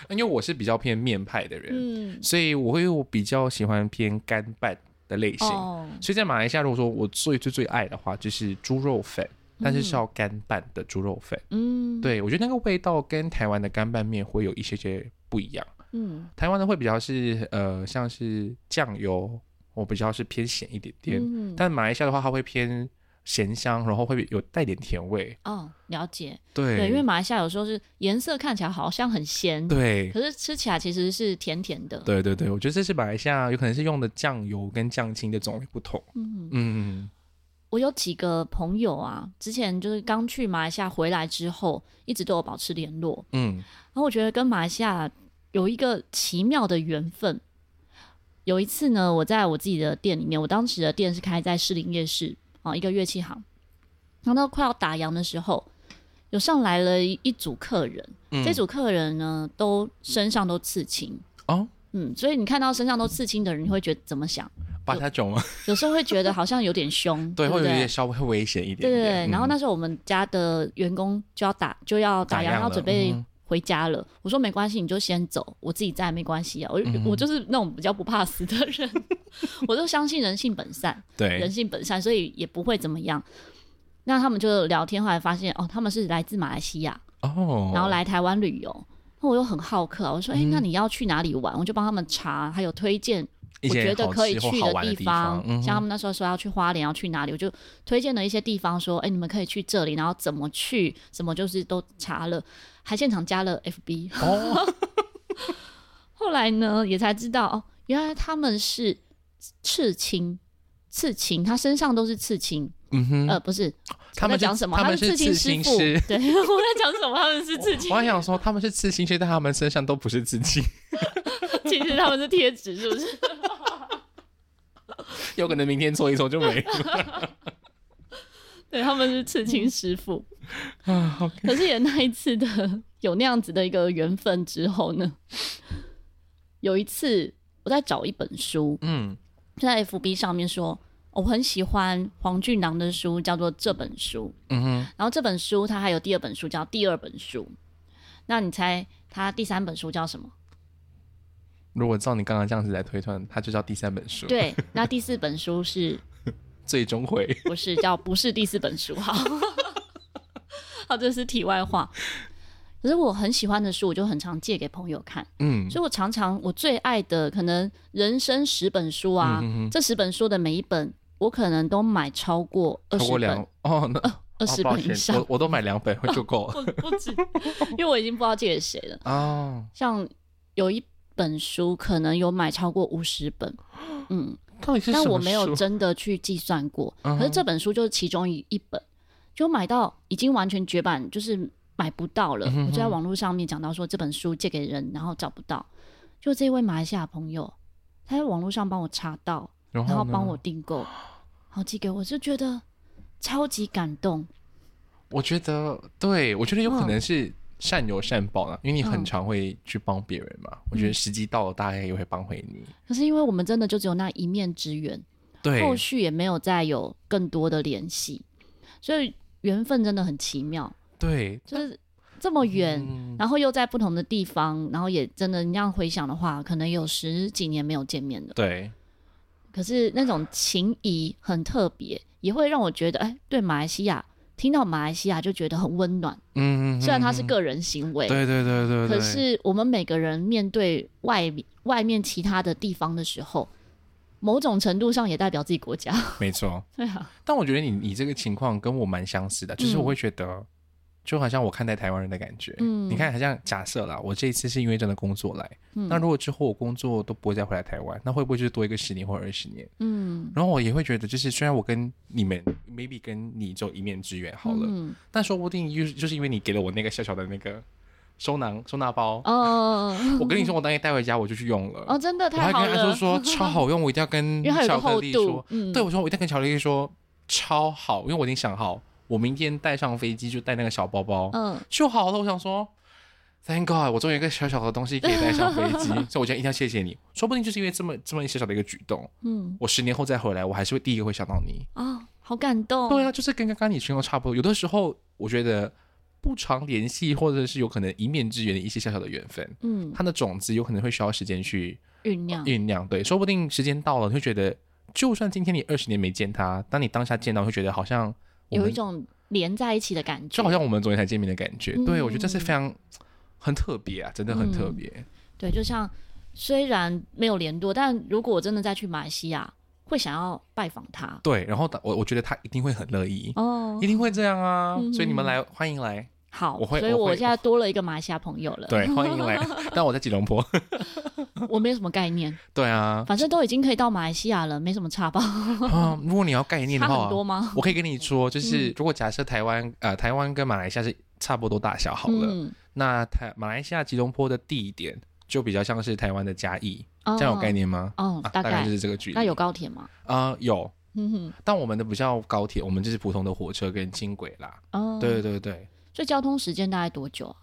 因为我是比较偏面派的人，
嗯，
所以我会我比较喜欢偏干拌的类型。
哦，
所以在马来西亚，如果说我最最最爱的话，就是猪肉粉，但是是要干拌的猪肉粉。
嗯，，
对我觉得那个味道跟台湾的干拌面会有一些些不一样。
嗯，
台湾的会比较是呃，像是酱油，我比较是偏咸一点点。
嗯，
但马来西亚的话，它会偏咸香，然后会有带点甜味。
哦，了解，
对，
对，因为马来西亚有时候是颜色看起来好像很鲜，
对
可是吃起来其实是甜甜的，，
对对对，我觉得这是马来西亚有可能是用的酱油跟酱青的种类不同。
嗯，
嗯，
我有几个朋友啊，之前就是刚去马来西亚回来之后，一直都有保持联络，
嗯，
然后我觉得跟马来西亚有一个奇妙的缘分。有一次呢，我在我自己的店里面，我当时的店是开在士林夜市啊，一个乐器行。然后到快要打烊的时候，有上来了一一组客人，
嗯
这组客人呢都身上都刺青，
哦，
嗯，所以你看到身上都刺青的人，你会觉得怎么想？
八加九吗？
有时候会觉得好像有点凶，
<laughs> 对，
不
会有一
对
些？稍微危险一点
对
点。
对对，然后
嗯
那时候我们家的员工就要打就要打烊，
打烊
然后
了
准备
嗯
回家了。我说没关系，你就先走，我自己在没关系啊。我、就
嗯
我就是那种比较不怕死的
<laughs>
人，我就相信人性本善，人
对，
性本善，所以也不会怎么样。那他们就聊天，后来发现哦，他们是来自马来西亚，
哦，
然后来台湾旅游。那我又很好客啊，我说哎、诶
嗯
那你要去哪里玩？我就帮他们查，还有推荐
一
我
些
觉得
好
可以
吃或
去
好玩
地
地方，嗯
像他
哼
们那时候说要去花莲，要去哪里，我就推荐了一些地方说，哎、你们可以去这里，然后怎么去，什么就是都查了，还现场加了 FB。
哦，
后来呢，也才知道哦，原来他们是刺青，刺青，他身上都是刺青，
嗯哼，
呃，不是，
他们
我在
是
讲什么？
他
他
们
刺
是
青
刺青
傅，
师
对，我在讲什么？他们是刺青 <laughs>
我，还想说他们是刺青师，但他们身上都不是刺青， <laughs>
<laughs> 其实他们是贴纸，是不是？
有可能明天搓一搓就没了。
对，他们是刺青师傅。
嗯啊好可
可是也那一次的有那样子的一个缘分之后呢，有一次我在找一本书，
<laughs> 嗯，
就在 FB 上面说，哦我很喜欢黄俊郎的书，叫做这本书。
嗯哼，
然后这本书它还有第二本书叫第二本书，那你猜他第三本书叫
<laughs>
什么？
如果照你刚刚这样子来推断，它就叫第三本书，，
对，那第四本书是
最终回。
不是叫不是第四本书，好，好，这是题外话。可是我很喜欢的书，我就很常借给朋友看。
嗯，
所以我常常我最爱的可能人生十本书啊，
嗯嗯嗯
这十本书的每一本，我可能都买超过二
超
十
过
本
两，哦，那
二
哦
十
抱
本以
歉
上
我，我都买两本就够
<laughs>
了
不 <laughs> 不止，因为我已经不知道借给谁了。
哦，
像有一本书可能有买超过五十本，嗯，
到底是
但
什
我
么
没有
书
真的去计算过。
嗯哼
可是这本书就是其中一一本，就买到已经完全绝版，就是买不到
嗯
了，我就在网络上面讲到说这本书借给人，然后找不到，就这位马来西亚朋友，他在网络上帮我查到，
然
然后
后呢
帮我，订购，然后寄给我，就觉得超级感动。
我觉得对，我觉得有可
嗯
能是善有善报啦，因为你很
嗯
常会去帮别人嘛，我觉得时机到了，大概也会帮回你。
可是因为我们真的就只有那一面之缘，
对，
后续也没有再有更多的联系，所以缘分真的很奇妙，
对，
就是这么远，
嗯
然后又在不同的地方，然后也真的你这样回想的话，可能有十几年没有见面的，
对，
可是那种情谊很特别，也会让我觉得，哎，对马来西亚，听到马来西亚就觉得很温暖，
嗯，
虽然它是
嗯，
个人行为，
嗯对对对
欸
对对，
可是我们每个人面对外外面其他的地方的时候，某种程度上也代表自己国家。 <laughs>
没错，
对啊，
但我觉得你你这个情况跟我蛮相似的，就是我会觉得，就好像我看待台湾人的感觉。
嗯
你看，好像假设啦，我这一次是因为真的工作来，
嗯
那如果之后我工作都不会再回来台湾，那会不会就是多一个十年或二十年？
嗯，
然后我也会觉得，就是虽然我跟你们 maybe 跟你只有一面之缘好了，
嗯，
但说不定就是就是因为你给了我那个小小的那个收囊收纳包，
哦
我跟你说，我当天带回家我就去用了。
哦，真的
我
太
还
好
跟他说
了， <laughs>
说超好用，我一定要跟
因为它有
巧
个
克
厚
力说
度，，嗯，
对，我说我一定跟巧克力说超好，因为我已经想好，我明天带上飞机就带那个小包包、
嗯，
就好了。我想说，Thank God，我终于有一个小小的东西可以带上飞
<laughs>
机，所以我今天一定要谢谢你。说不定就是因为这么这么小小的一个举动，
嗯，
我十年后再回来，我还是会第一个会想到你。
啊，好感动，
对啊，就是跟刚刚你形容差不多。有的时候我觉得不常联系，或者是有可能一面之缘的一些小小的缘分，
嗯，
它的种子有可能会需要时间去
酝酿，
酝酿，对，说不定时间到了，你会觉得，就算今天你二十年没见他，当你当下见到，会觉得好像我
有
们
一种连在一起的感觉，
就好像我们昨天才见面的感觉。
嗯
对，我觉得这是非常很特别啊，真的很特别。
对，就像虽然没有联络，但如果我真的再去马来西亚，会想要拜访他，
对，然后当我我觉得他一定会很乐意，
哦
一，定会这样啊。
嗯
所以你们来，欢迎来，
好，
我会
所以
我会
我现在多了一个马来西亚朋友了， <laughs>
对，欢迎来。但我在吉隆坡， <laughs>
我没有什么概念，
对啊，
反正都已经可以到马来西亚了，没什么差吧？
啊，如果你要概念
哦差
的
很多
话，
吗？嗯
我可以跟你说，就是如果假设台湾呃台湾跟马来西亚是差不多大小好了，
嗯，
那台马来西亚吉隆坡的地点就比较像是台湾的嘉义，
哦
这样有概。念吗？
哦
啊，，
大
概
概
就。是这个距离。
那有高铁吗？
啊、有，
嗯
但我们的不叫高铁，我们就是普通的火车跟轻轨啦。
哼，哦，
对。对对，
所以交通时间大概多久啊？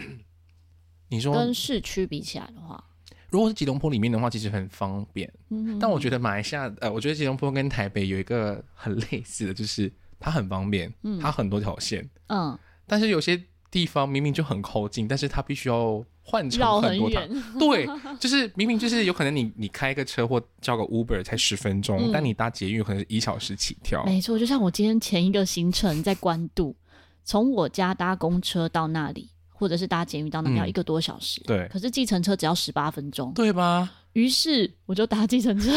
你说
跟市区比起来的话，
如果是吉隆坡里面的话，其实很方便。
嗯哼，
但我觉得马来西亚，呃，我觉得吉隆坡跟台北有一个很类似的，就是它很方便，它很多条线，
嗯，
但是有些地方明明就很靠近，但是它必须要换
绕
乘
很
很多趟
远， <laughs>
对，就是明明就是有可能你你开个车或叫个 Uber 才十分钟，
嗯
但你搭捷运可能是一小时起跳。
没错。就像我今天前一个行程在关渡，从我家搭公车到那里，或者是搭捷运到那里
嗯
要一个多小时，
对
可是计程车只要十八分钟，
对吧？
于是我就搭计程车，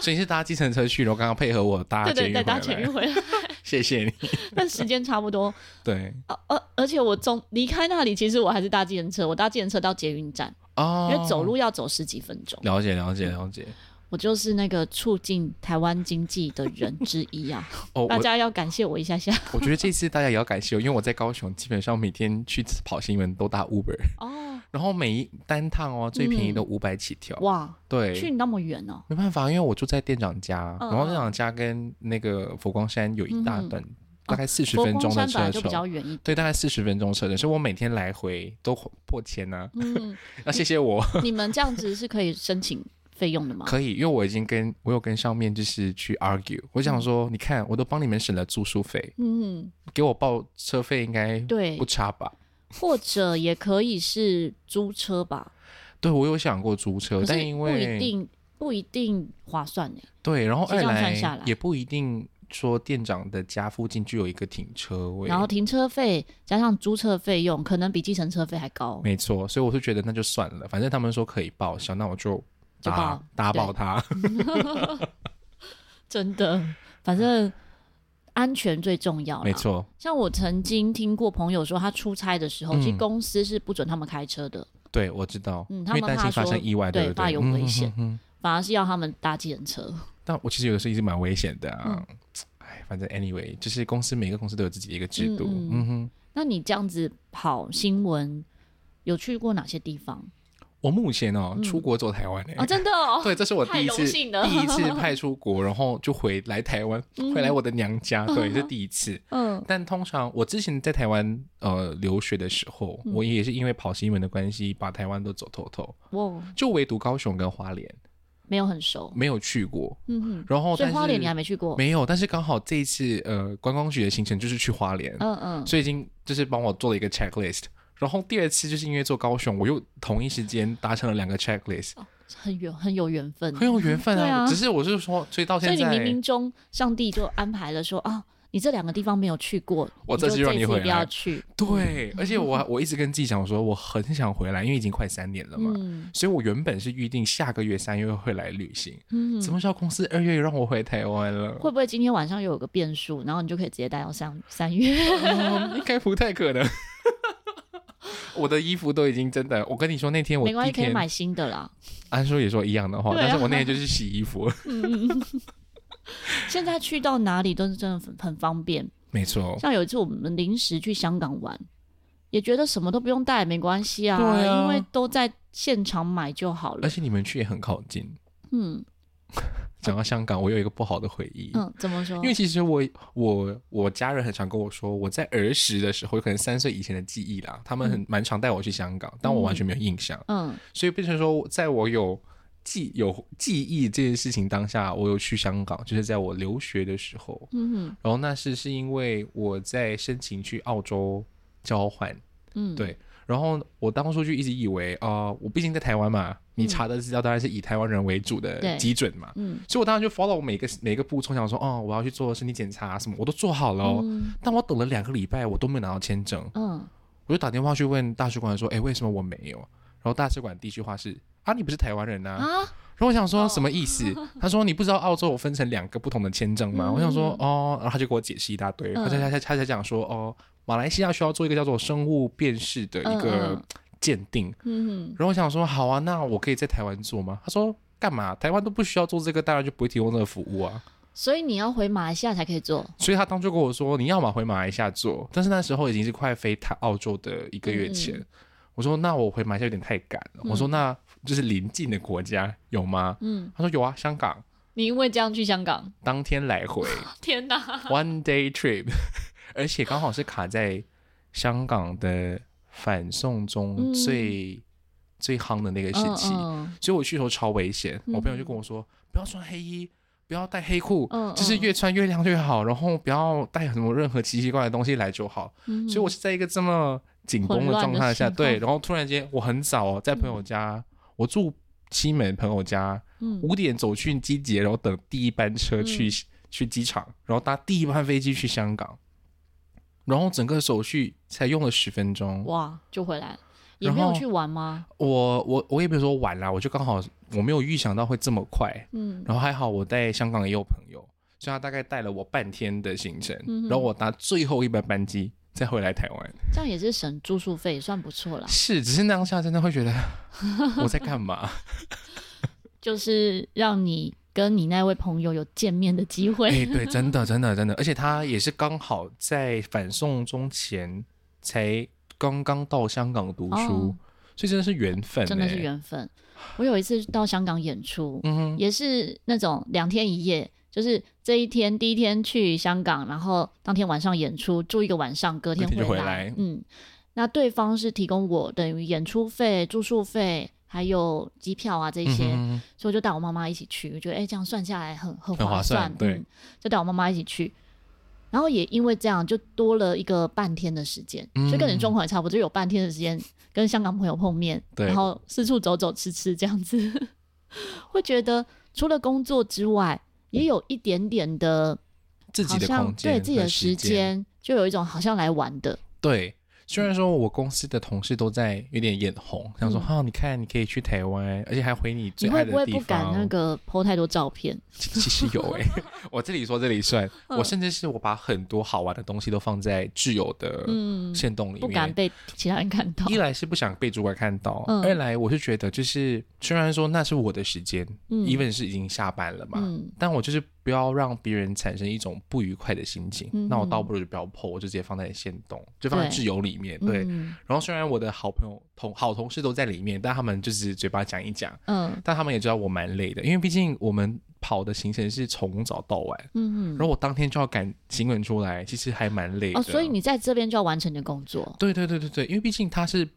所以你是搭计程车去，然后刚刚配合我 <laughs> 搭
对
捷
对
运
对，
回
搭捷
来
运，回来， <laughs>
谢谢你。
但时间差不多。
对
而、而而且我中离开那里，其实我还是搭计程车，我搭计程车到捷运站，
哦
因，为走路要走十几分钟。
了解了解了解。
我就是那个促进台湾经济的人之一啊，
哦，
大
<laughs> 我
家要感谢我一下下
我觉得这次大家也要感谢我，因为我在高雄基本上每天去跑新闻都搭 Uber， <laughs>
哦。
然后每一单趟哦最便宜都五百起跳。
嗯哇，去
对。
你那么远哦，
没办法，因为我住在店长家，
嗯
然后店长家跟那个佛光山有一大
嗯哼
段，大概四十
佛
分
光
钟
山
的
本
车
来就比
程。
较远一点。
对，大概四十分钟车程，所以我每天来回都破千呢、
嗯，
<laughs> 那谢谢我， <laughs>
你们这样子是可以申请费用的吗？
可以，因为我已经跟我有跟上面就是去 argue，我想说，你看我都帮你们省了住宿费，
嗯，
给我报车费应该
对
不，差吧？
或者也可以是租车吧，
对我有想过租车
可，
但
是
因
不一
为
定不一定划算欸呢。
对，然后
其实
二
这样算
来
下来
也不一定说店长的家附近就有一个停车位
然，后停车费加上租车费用，可能比计程车费还高。
没错，所以我就觉得那就算了，反正他们说可以报销，那我就
就
打
报
打
对
爆他。 <laughs>
真的，反正安全最重要啦。
没错，
像我曾经听过朋友说，他出差的时候，
嗯
其实公司是不准他们开车的，
对我知道，
嗯
因
他
为
们
担心
怕
发
说
生意外，
对
对不
怕
对？
有
嗯
危
哼
险
哼
反而是要他们搭计程车。
但我其实有的时候也是蛮
嗯
危险的啊。哎、反正 anyway，就是公司每个公司都有自己的一个制度。
嗯
嗯
嗯
哼，
那你这样子跑新闻，有去过哪些地方？
我目前哦，出国走台湾诶、
嗯
<laughs>
哦，真的哦，
对，这是我
太
第一
荣
次
幸了
第一
<laughs>
次派出国，然后就回来台湾，回来我的娘家，对，这第一次。
嗯
但通常我之前在台湾呃留学的时候，
嗯
我也是因为跑新闻的关系，把台湾都走透透，
我
就唯独高雄跟花莲
没有很熟，
没有去过。
嗯哼，
然后
所
但
以
是
花莲你还没去过，
没有，但是刚好这一次呃观光局的行程就是去花莲，
嗯嗯，
所以已经就是帮我做了一个 checklist。然后第二次就是因为做高雄，我又同一时间达成了两个 checklist，
很有很有缘分，
很有缘分
哦对啊
只是我是说，所以到
所以
现
你
在，
冥冥中上帝就安排了说啊，你这两个地方没有去过，
我
你就
这次让你
次
回
一定要
来
去，
对，而且
<laughs>
我我一直跟自己讲说，我很想回来，因为已经快三年了嘛。
嗯
所以我原本是预定下个月三月会来旅行，
嗯，
怎么知道公司二月又让我回台湾了？
会不会今天晚上又有个变数，然后你就可以直接待到三三月？
嗯应该不太可能。 <laughs> 我的衣服都已经真的，我跟你说，那 <laughs> 天我
没关
第一
系，可以
天，
买新的啦。
安叔也说一样的话，
对啊
但是我那天就是洗衣服， <laughs>
现在去到哪里都是真的很很方便。
没错，
像有一次我们临时去香港玩，也觉得什么都不用带没关系啊，
对啊
因为都在现场买就好
而
了。
且你们去也很靠近。
嗯
讲到香港，我有一个不好的回忆，
嗯，怎么说？
因为其实我我我家人很常跟我说，我在儿时的时候，可能三岁以前的记忆啦，他们很蛮常带我去香港，但我完全没有印象，
嗯
所以变成说，在我有记有记忆这件事情当下，我有去香港，就是在我留学的时候，
嗯
然后那是是因为我在申请去澳洲交换，
嗯，
对然后我当初就一直以为啊、呃我毕竟在台湾嘛，你查的资料当然是以台湾人为
嗯
主
对
的基准嘛，
嗯
所以我当然就 follow 每个每个步骤，想说哦，我要去做身体检查什么，我都做好了、哦。
嗯
但我等了两个礼拜，我都没有拿到签证，
嗯，
我就打电话去问大使馆说，哎，为什么我没有？然后大使馆第一句话是啊，你不是台湾人呐、
啊，
然后我想说什么
<laughs>
意思？他说你不知道澳洲我分成两个不同的签证吗？我想说哦，然后他就给我解释一大堆，
嗯
他才他才他才讲说哦，马来西亚需要做一个叫做生物辨识的一
嗯
个
嗯
鉴定。
嗯
然后我想说好啊，那我可以在台湾做吗？他说干嘛？台湾都不需要做这个，当然就不会提供这个服务啊。
哼，所以你要回马来西亚才可以做。
所以他当初跟我说你要么回马来西亚做，但是那时候已经是快飞台澳洲的一个月
嗯
前。我说那我回马来西亚有点太赶了。我说那就是邻近的国家有吗？
嗯，
他说有啊，香港。
你因为这样去香港，
当天
<laughs>
来回
天哪！
，one day trip，而 <laughs> 且刚好是卡在香港的反送中
嗯
最、最夯的那个时期，
嗯
所以我去的时候超危险。
嗯
我朋友就跟我说，不要穿黑衣，不要戴黑裤，
嗯
就是
嗯
越穿越亮越好，然后不要带什么任何奇奇怪怪的东西来就好。
嗯
所以我是在一个这么紧绷的状态下，
混乱的情况
对，然后突然间我很早哦，在朋友家，我住西门朋友家，
嗯
五点走去机捷，然后等第一班车去、去机场，然后搭第一班飞机去香港，然后整个手续才用了十分钟。
哇就回来了，也
然
没有
后
去玩吗？
我我我也没有说晚啦，我就刚好我没有预想到会这么快，
嗯
然后还好我在香港也有朋友，所以他大概带了我半天的行程，
嗯哼
然后我搭最后一班班机再回来台湾。
这样也是省住宿费，也算不错啦。
是，只是当下真的会觉得 <laughs> 我在干嘛？
就是让你跟你那位朋友有见面的机会。
哎、对，真的，真的，真的，而且他也是刚好在反送中前才刚刚到香港读书，
哦
所以真的是缘分、
<laughs>
欸，
真的是。缘分。我有一次到香港演出，
嗯哼，
也是那种两天一夜，就是这一天第一天去香港，然后当天晚上演出，住一个晚上，隔天
隔天就
回
回来
嗯，那对方是提供我等于演出费、住宿费，还有机票啊这
嗯
些，
哼
所以我就带我妈妈一起去，我觉得哎、诶这样算下来很很
很
划
划算对
嗯，就带我妈妈一起去。然后也因为这样，就多了一个半天的时间，
嗯
所以跟你状况也差不多，就有半天的时间跟香港朋友碰面，
对
然后四处走走吃吃这样子， <laughs> 会觉得除了工作之外，也有一点点的，
自己
好
的
像
空间，
对自己的时
间，
间，就有一种好像来玩的，
对。虽然说我公司的同事都在有点眼红，想说
嗯
哈、你看你可以去台湾，而且还回你
你
最
会
爱
不
的
会
地
不
方。
敢那个 po 太多照片？
<laughs> 其其实有哎、 <laughs> 我这里说这里算，
嗯
我甚至是我把很多好玩的东西都放在挚友的
嗯，
线洞里面，
不敢被其他人看到。
一来是不想被主管看到，
嗯
二来我是觉得就是虽然说那是我的时间、
嗯
e v e n 是已经下班了嘛，
嗯
但我就是不要让别人产生一种不愉快的心情。
嗯
那我倒不如就不要 po，我就直接放在线动，就放在
对
挚友里面。对，
嗯
然后虽然我的好朋友同好同事都在里面，但他们就是嘴巴讲一讲，
嗯
但他们也知道我蛮累的，因为毕竟我们跑的行程是从早到晚，
嗯
然后我当天就要赶行文出来，其实还蛮累的。
哦，所以你在这边就要完成你的工作，
对对对对对，因为毕竟他是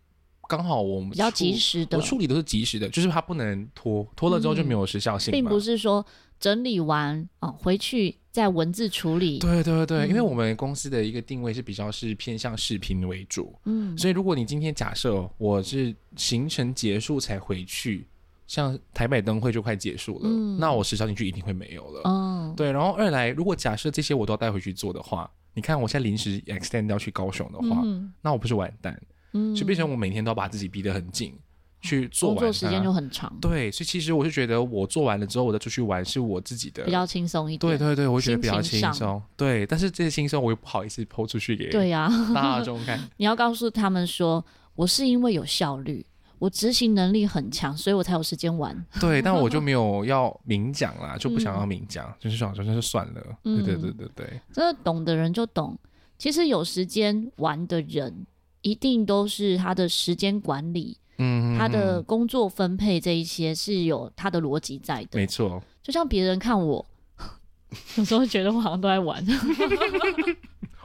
刚好我们
比较
处
及时的
我，处理都是及时的，就是它不能拖，拖了之后就没有时效性
嗯
嘛。
并不是说整理完哦回去再文字处理。
对对对，
嗯
因为我们公司的一个定位是比较是偏向视频为主，
嗯，
所以如果你今天假设哦我是行程结束才回去，像台北灯会就快结束了，
嗯
那我时效进去一定会没有了。
嗯，
对，然后二来，如果假设这些我都要带回去做的话，你看我现在临时 extend 要去高雄的话，
嗯
那我不是完蛋？
嗯
就变成我每天都要把自己逼得很紧，去做
工
完
作时间
它
就很长，
对，所以其实我是觉得，我做完了之后，我再出去玩是我自己的，
比较轻松一
对
点。
对对，我会觉
心
得比较
情
轻
上
松。对，但是这些轻松我又不好意思抛出去给
对呀、
大众看。
<laughs> 你要告诉他们说，我是因为有效率，我执行能力很强，所以我才有时间玩。
对，但我就没有要明讲啦，就不想要
嗯
明讲，就是想说那就算了。对对对
嗯
对对，
真的懂的人就懂。其实有时间玩的人，一定都是他的时间管理、
嗯，
他的
嗯
工作分配这一些是有他的逻辑在的。
没错，
就像别人看我， <laughs> 有时候觉得我好像都在玩。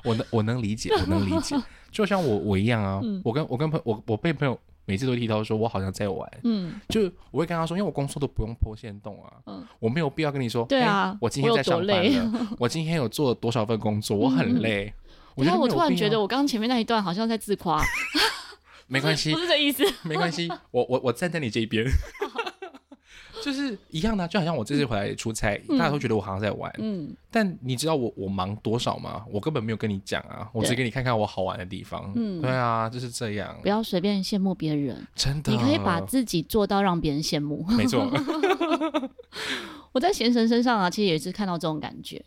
我能我能理解，我能
<laughs>
理解。就像我我一样啊，
嗯
我跟我跟朋我我被朋友每次都提到说我好像在玩，
<laughs> 嗯，
就我会跟他说，因为我工作都不用破线动啊，
嗯
我没有必要跟你说，
对啊
哎我今天在上
我
班
有多嗯
了，我今天有做了多少份工作，我很累。我
<laughs>
觉
然
得
后我
没有
突然
必
觉
要
得我刚刚前面那一段好像在自夸，
没关
<laughs>
系
不，是这意思。
没关系，我我我站在你这一边， <laughs> 就是一样的啊，就好像我这次回来出差，大家都觉得我好像在玩，
嗯，
但你知道我我忙多少吗？我根本没有跟你讲啊，我只
对
给你看看我好玩的地方。
嗯
对啊，就是这样
不，要随便羡慕别人，
真的，
你可以把自己做到让别人羡慕。 <laughs>
没错，
我在贤神身上啊，其实也是看到这种感觉，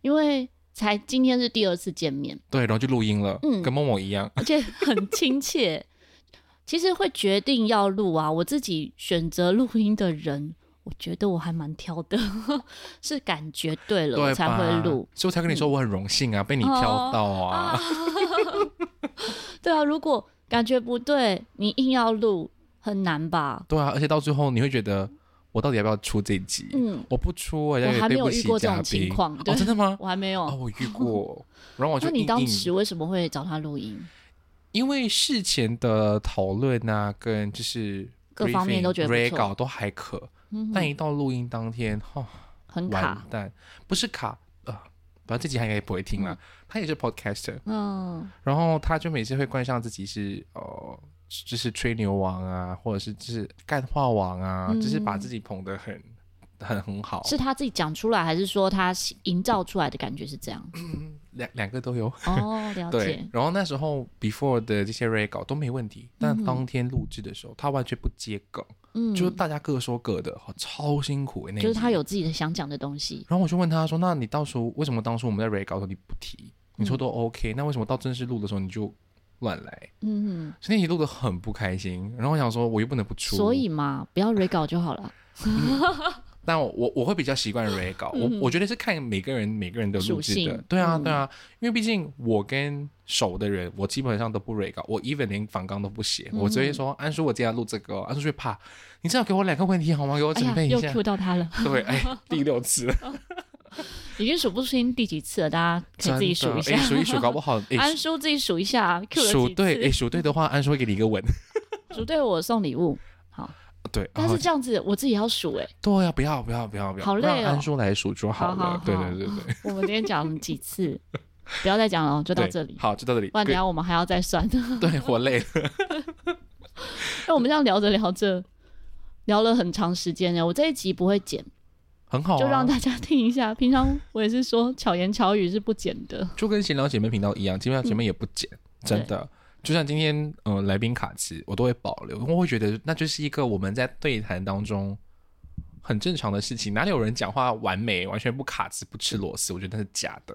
因为才今天是第二次见面，
对，然后就录音了，
嗯
跟默默一样，
而且很亲切。其实会决定要录啊，我自己选择录音的人，我觉得我还蛮挑的， <laughs> 是感觉对了
对
我才
吧
会录。嗯哦
所以我才跟你说我很荣幸啊，被你挑到啊，
对啊，如果感觉不对，你硬要录很难吧？
对啊，而且到最后你会觉得我到底要不要出这一集？
嗯，
我不出，我
我还
也
没
对
有
不
遇
起
过这
嘉
种情
宾。
况，对
哦，，真
<laughs>
的吗？
我还没有。
哦，我遇过，然后我就
那你
硬
当
硬
时为什么会找他录音？
因为事前的讨论啊，跟就是
各方面都觉得不错
r e 稿都还可，
嗯
但一到录音当天，哈、
很
完
卡，
蛋，不是卡，呃，反正这集他应该也不会听啦。他也是 podcaster，
嗯
然后他就每次会冠上自己是呃，就是吹牛王啊，或者是就是干话王啊，
嗯
就是把自己捧得很很很好，
是他自己讲出来，还是说他营造出来的感觉是
<laughs>
这样？
两两个都有。
哦，了
对
解，，
然后那时候 before 的这些 re 稿都没问题，但
嗯
当天录制的时候，他完全不接梗，
嗯，
就是大家各说各的，哦超辛苦欸那一
就是他
集。
有自己的想讲的东西，
然后我就问他说：“那你到时候为什么当初我们在 re 稿的时候你不提？
嗯
你说都 OK，、那为什么到正式录的时候你就乱来？”
嗯，
所以那集录的很不开心。然后我想说，我又不能不出，
所以嘛，不要 re 稿就好了，
但我我我会比较习惯 re 稿，我我觉得是看每个人每个人的录制
嗯属
的
性，
对啊
嗯
对啊，因为毕竟我跟熟的人，我基本上都不 re 稿，我 even 连仿纲都不写，
嗯
我直接说安叔我今天要录这个哦、安叔就怕，你至少给我两个问题好吗？给我
哎
准
呀
备，一
又
下，
Q 到他了，
对，哎，
<laughs>
第六次了，
已经数不清第几次了，大家可以自己
真
数
的
一下
哎，，数一数，搞不
<laughs>
好哎。
安叔自己数一下，Q 了
数
几
对，哎，
次，
数对的话，安叔会给你一个吻。
数对我送礼
哦
物，好，
对，
但
哦
是这样子我自己要数，
<laughs>
哎，
对啊呀，不要不要不要不要，
好累
让
哦
安叔来数就好
好好
了。对
好
对对对，
我们今天讲了几次，不要再讲了，就到
对
这里。
好，就到这里
不。然等一下我们还要再算。 <laughs>
对我累了，
那我们这样聊着聊着，聊了很长时间呢。我这一集不会剪，
很好啊，
就让大家听一下。平常我也是说巧言巧语是不剪的，
就跟闲聊姐妹频道一样，基本上姐妹也不剪，
嗯
真的。就像今天，嗯、来宾卡池我都会保留，因为我会觉得那就是一个我们在对谈当中很正常的事情，哪里有人讲话完美，完全不卡词不吃螺丝？我觉得那是假的。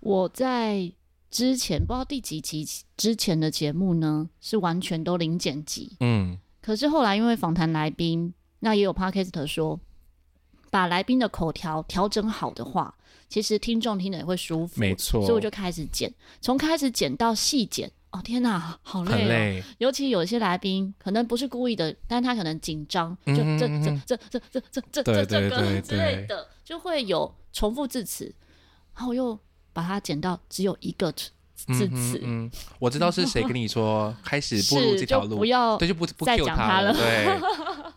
我在之前不知道第几集之前的节目呢，是完全都零剪辑。
嗯，
可是后来因为访谈来宾，那也有 podcast 说，把来宾的口条调整好的话，其实听众听得也会舒服。
没错
所以我就开始剪，从开始剪到细剪。哦天哪，好累、哦，
很累，
尤其有些来宾可能不是故意的，但他可能紧张，就
嗯
这
嗯嗯
这这这这这这
对
这这
对
个
对
之类
对
的，就会有重复字词，然后我又把它剪到只有一个字字词，
嗯，嗯我知道是谁跟你说开始步
是
入
<laughs>
这
就
条路
不，要
对，就不不
再
Q
讲
他
他了
对，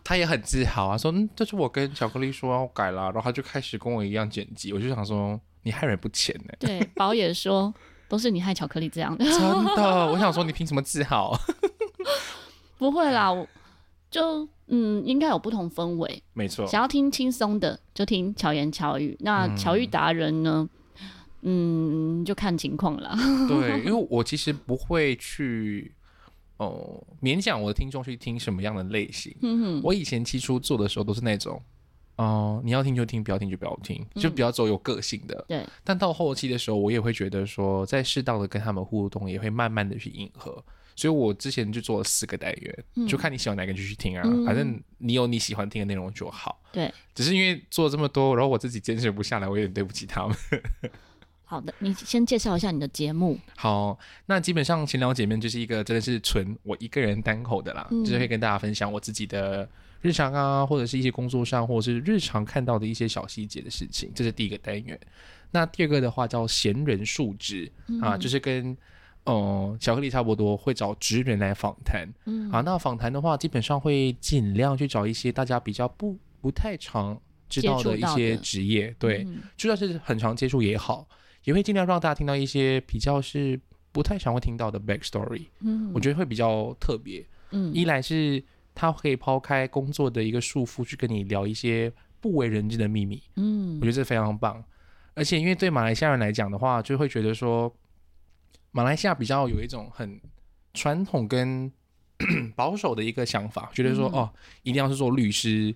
<laughs>
他也很自豪啊，说嗯，这是我跟巧克力说要改啦，然后他就开始跟我一样剪辑，我就想说你害人不浅呢、
对，宝也说都是你害巧克力这样的， <laughs>
真的，我想说你凭什么自豪？
不会啦，我就嗯，应该有不同氛围。
<laughs> 没错，
想要听轻松的，就听巧言巧语。那巧语达人呢？嗯，就看情况啦。 <laughs>
对，因为我其实不会去哦勉强我的听众去听什么样的类型。
嗯哼，
我以前起初做的时候都是那种，哦、你要听就听，不要听就不要听，就比较走有个性的。
嗯对，
但到后期的时候，我也会觉得说，在适当的跟他们互动，也会慢慢的去迎合。所以我之前就做了四个单元，就看你喜欢哪个就去听啊，
嗯
反正你有你喜欢听的内容就好。
对，
只是因为做了这么多，然后我自己坚持不下来，我有点对不起他们。
好的，你先介绍一下你的节目。
好，那基本上闲聊姐妹就是一个真的是纯我一个人单口的啦，
嗯
就是会跟大家分享我自己的日常啊，或者是一些工作上，或者是日常看到的一些小细节的事情，这是第一个单元。那第二个的话叫闲人述职、
嗯
啊，就是跟呃巧克力差不多，会找职人来访谈。
嗯
啊，那访谈的话，基本上会尽量去找一些大家比较不不太常知
接
道
触
的一
到
些
的
职业，对，
嗯
就算是很常接触也好，也会尽量让大家听到一些比较是不太常会听到的 backstory，、
嗯
我觉得会比较特别。
嗯
一来是他可以抛开工作的一个束缚，去跟你聊一些不为人知的秘密，我
嗯
觉得这非常棒。而且因为对马来西亚人来讲的话，就会觉得说，马来西亚比较有一种很传统跟 <clears throat> 保守的一个想法，觉得说、
嗯
哦，一定要是做律师、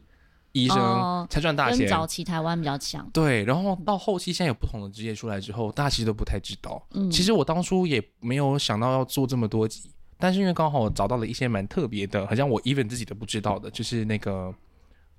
医生、
哦
才赚大
跟
钱，
早期台湾比较强。
对，然后到后期现在有不同的职业出来之后，大家其实都不太知道。
嗯，
其实我当初也没有想到要做这么多集，但是因为刚好我找到了一些蛮特别的，好像我 even 自己都不知道的，就是那个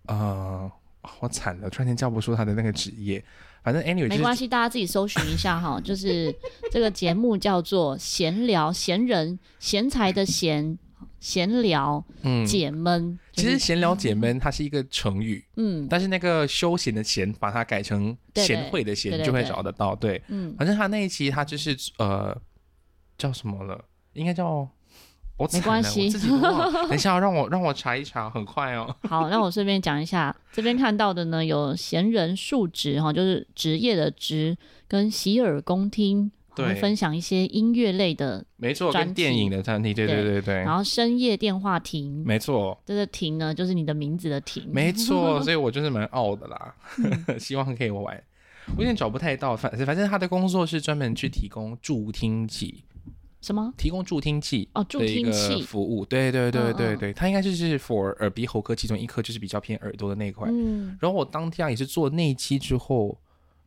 呃，我惨了，突然间叫不出他的那个职业。反正 anyway 就
没关
是
系，大家自己搜寻一下哈。就是这个节目叫做“闲聊”，闲人、闲才的闲，闲聊、
嗯，
解闷。
其
就是
实闲聊解闷它是一个成语，
嗯
但是那个休闲的闲把它改成
对对
贤惠的
对
贤
对
就会
对
找得到。对，
嗯，
反正他那一期他就是呃叫什么了，应该叫我惨了
关系
我自己都忘了。等一下哦让我让我查一查，很快哦。
好，那我顺便讲一下，这边看到的呢有闲人述职哈，就是职业的职，跟洗耳恭听，
对
会分享一些音乐类的，
没错，
专
跟电影的专题，对对对对
然，后深夜电话亭，
没错。
这个亭呢就是你的名字的亭，
没错，所以我就是蛮傲的啦，
嗯
<laughs> 希望可以玩。我有点找不太到，反反正他的工作是专门去提供助听器，
什么
提供助听器
哦助
的一
听
个
器，
服务。对对对
嗯
对
嗯
对，他应该就是 for 耳鼻喉科其中一科，就是比较偏耳朵的那一块。
嗯
然后我当天也是做那一期之后，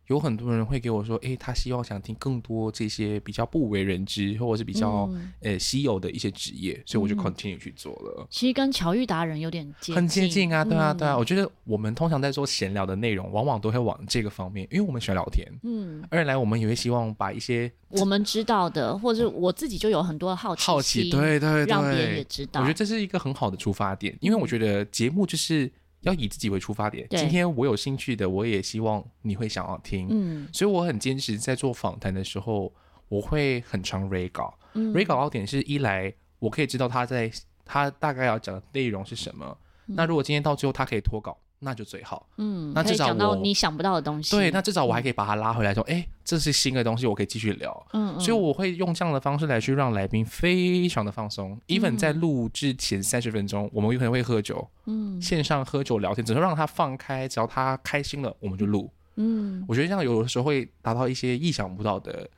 有很多人会给我说，诶，他希望想听更多这些比较不为人知，或者是比较、
嗯
呃稀有的一些职业，所以我就
嗯
continue 去做了。
其实跟巧遇达人有点接近，
很接近啊，对啊，
嗯
对啊，，我觉得我们通常在做闲聊的内容，往往都会往这个方面，因为我们喜欢聊天。
嗯，
二来，我们也会希望把一些
我们知道的，或者我自己就有很多的好奇
好奇，
心，
对对
让别人也
对，
知
我
道嗯
觉得，这是一个很好的出发点，因为我觉得节目就是要以自己为出发点。
对
今天我有兴趣的，我也希望你会想要听，
嗯
所以我很坚持在做访谈的时候，我会很常 re 稿。
嗯
re 稿要点是一来，我可以知道他在他大概要讲的内容是什么。那如果今天到最后他可以脱稿，那就最好。
嗯，
那
可以
至少
讲到
我
你想不到的东西，
对，那至少我还可以把他拉回来，说，哎、这是新的东西，我可以继续聊。
嗯，嗯
所以我会用这样的方式来去让来宾非常的放松。even
嗯
在录制前三十分钟，我们有可能会喝酒，
嗯
线上喝酒聊天，只是让他放开，只要他开心了，我们就录。
嗯。
我觉得这样有的时候会达到一些意想不到的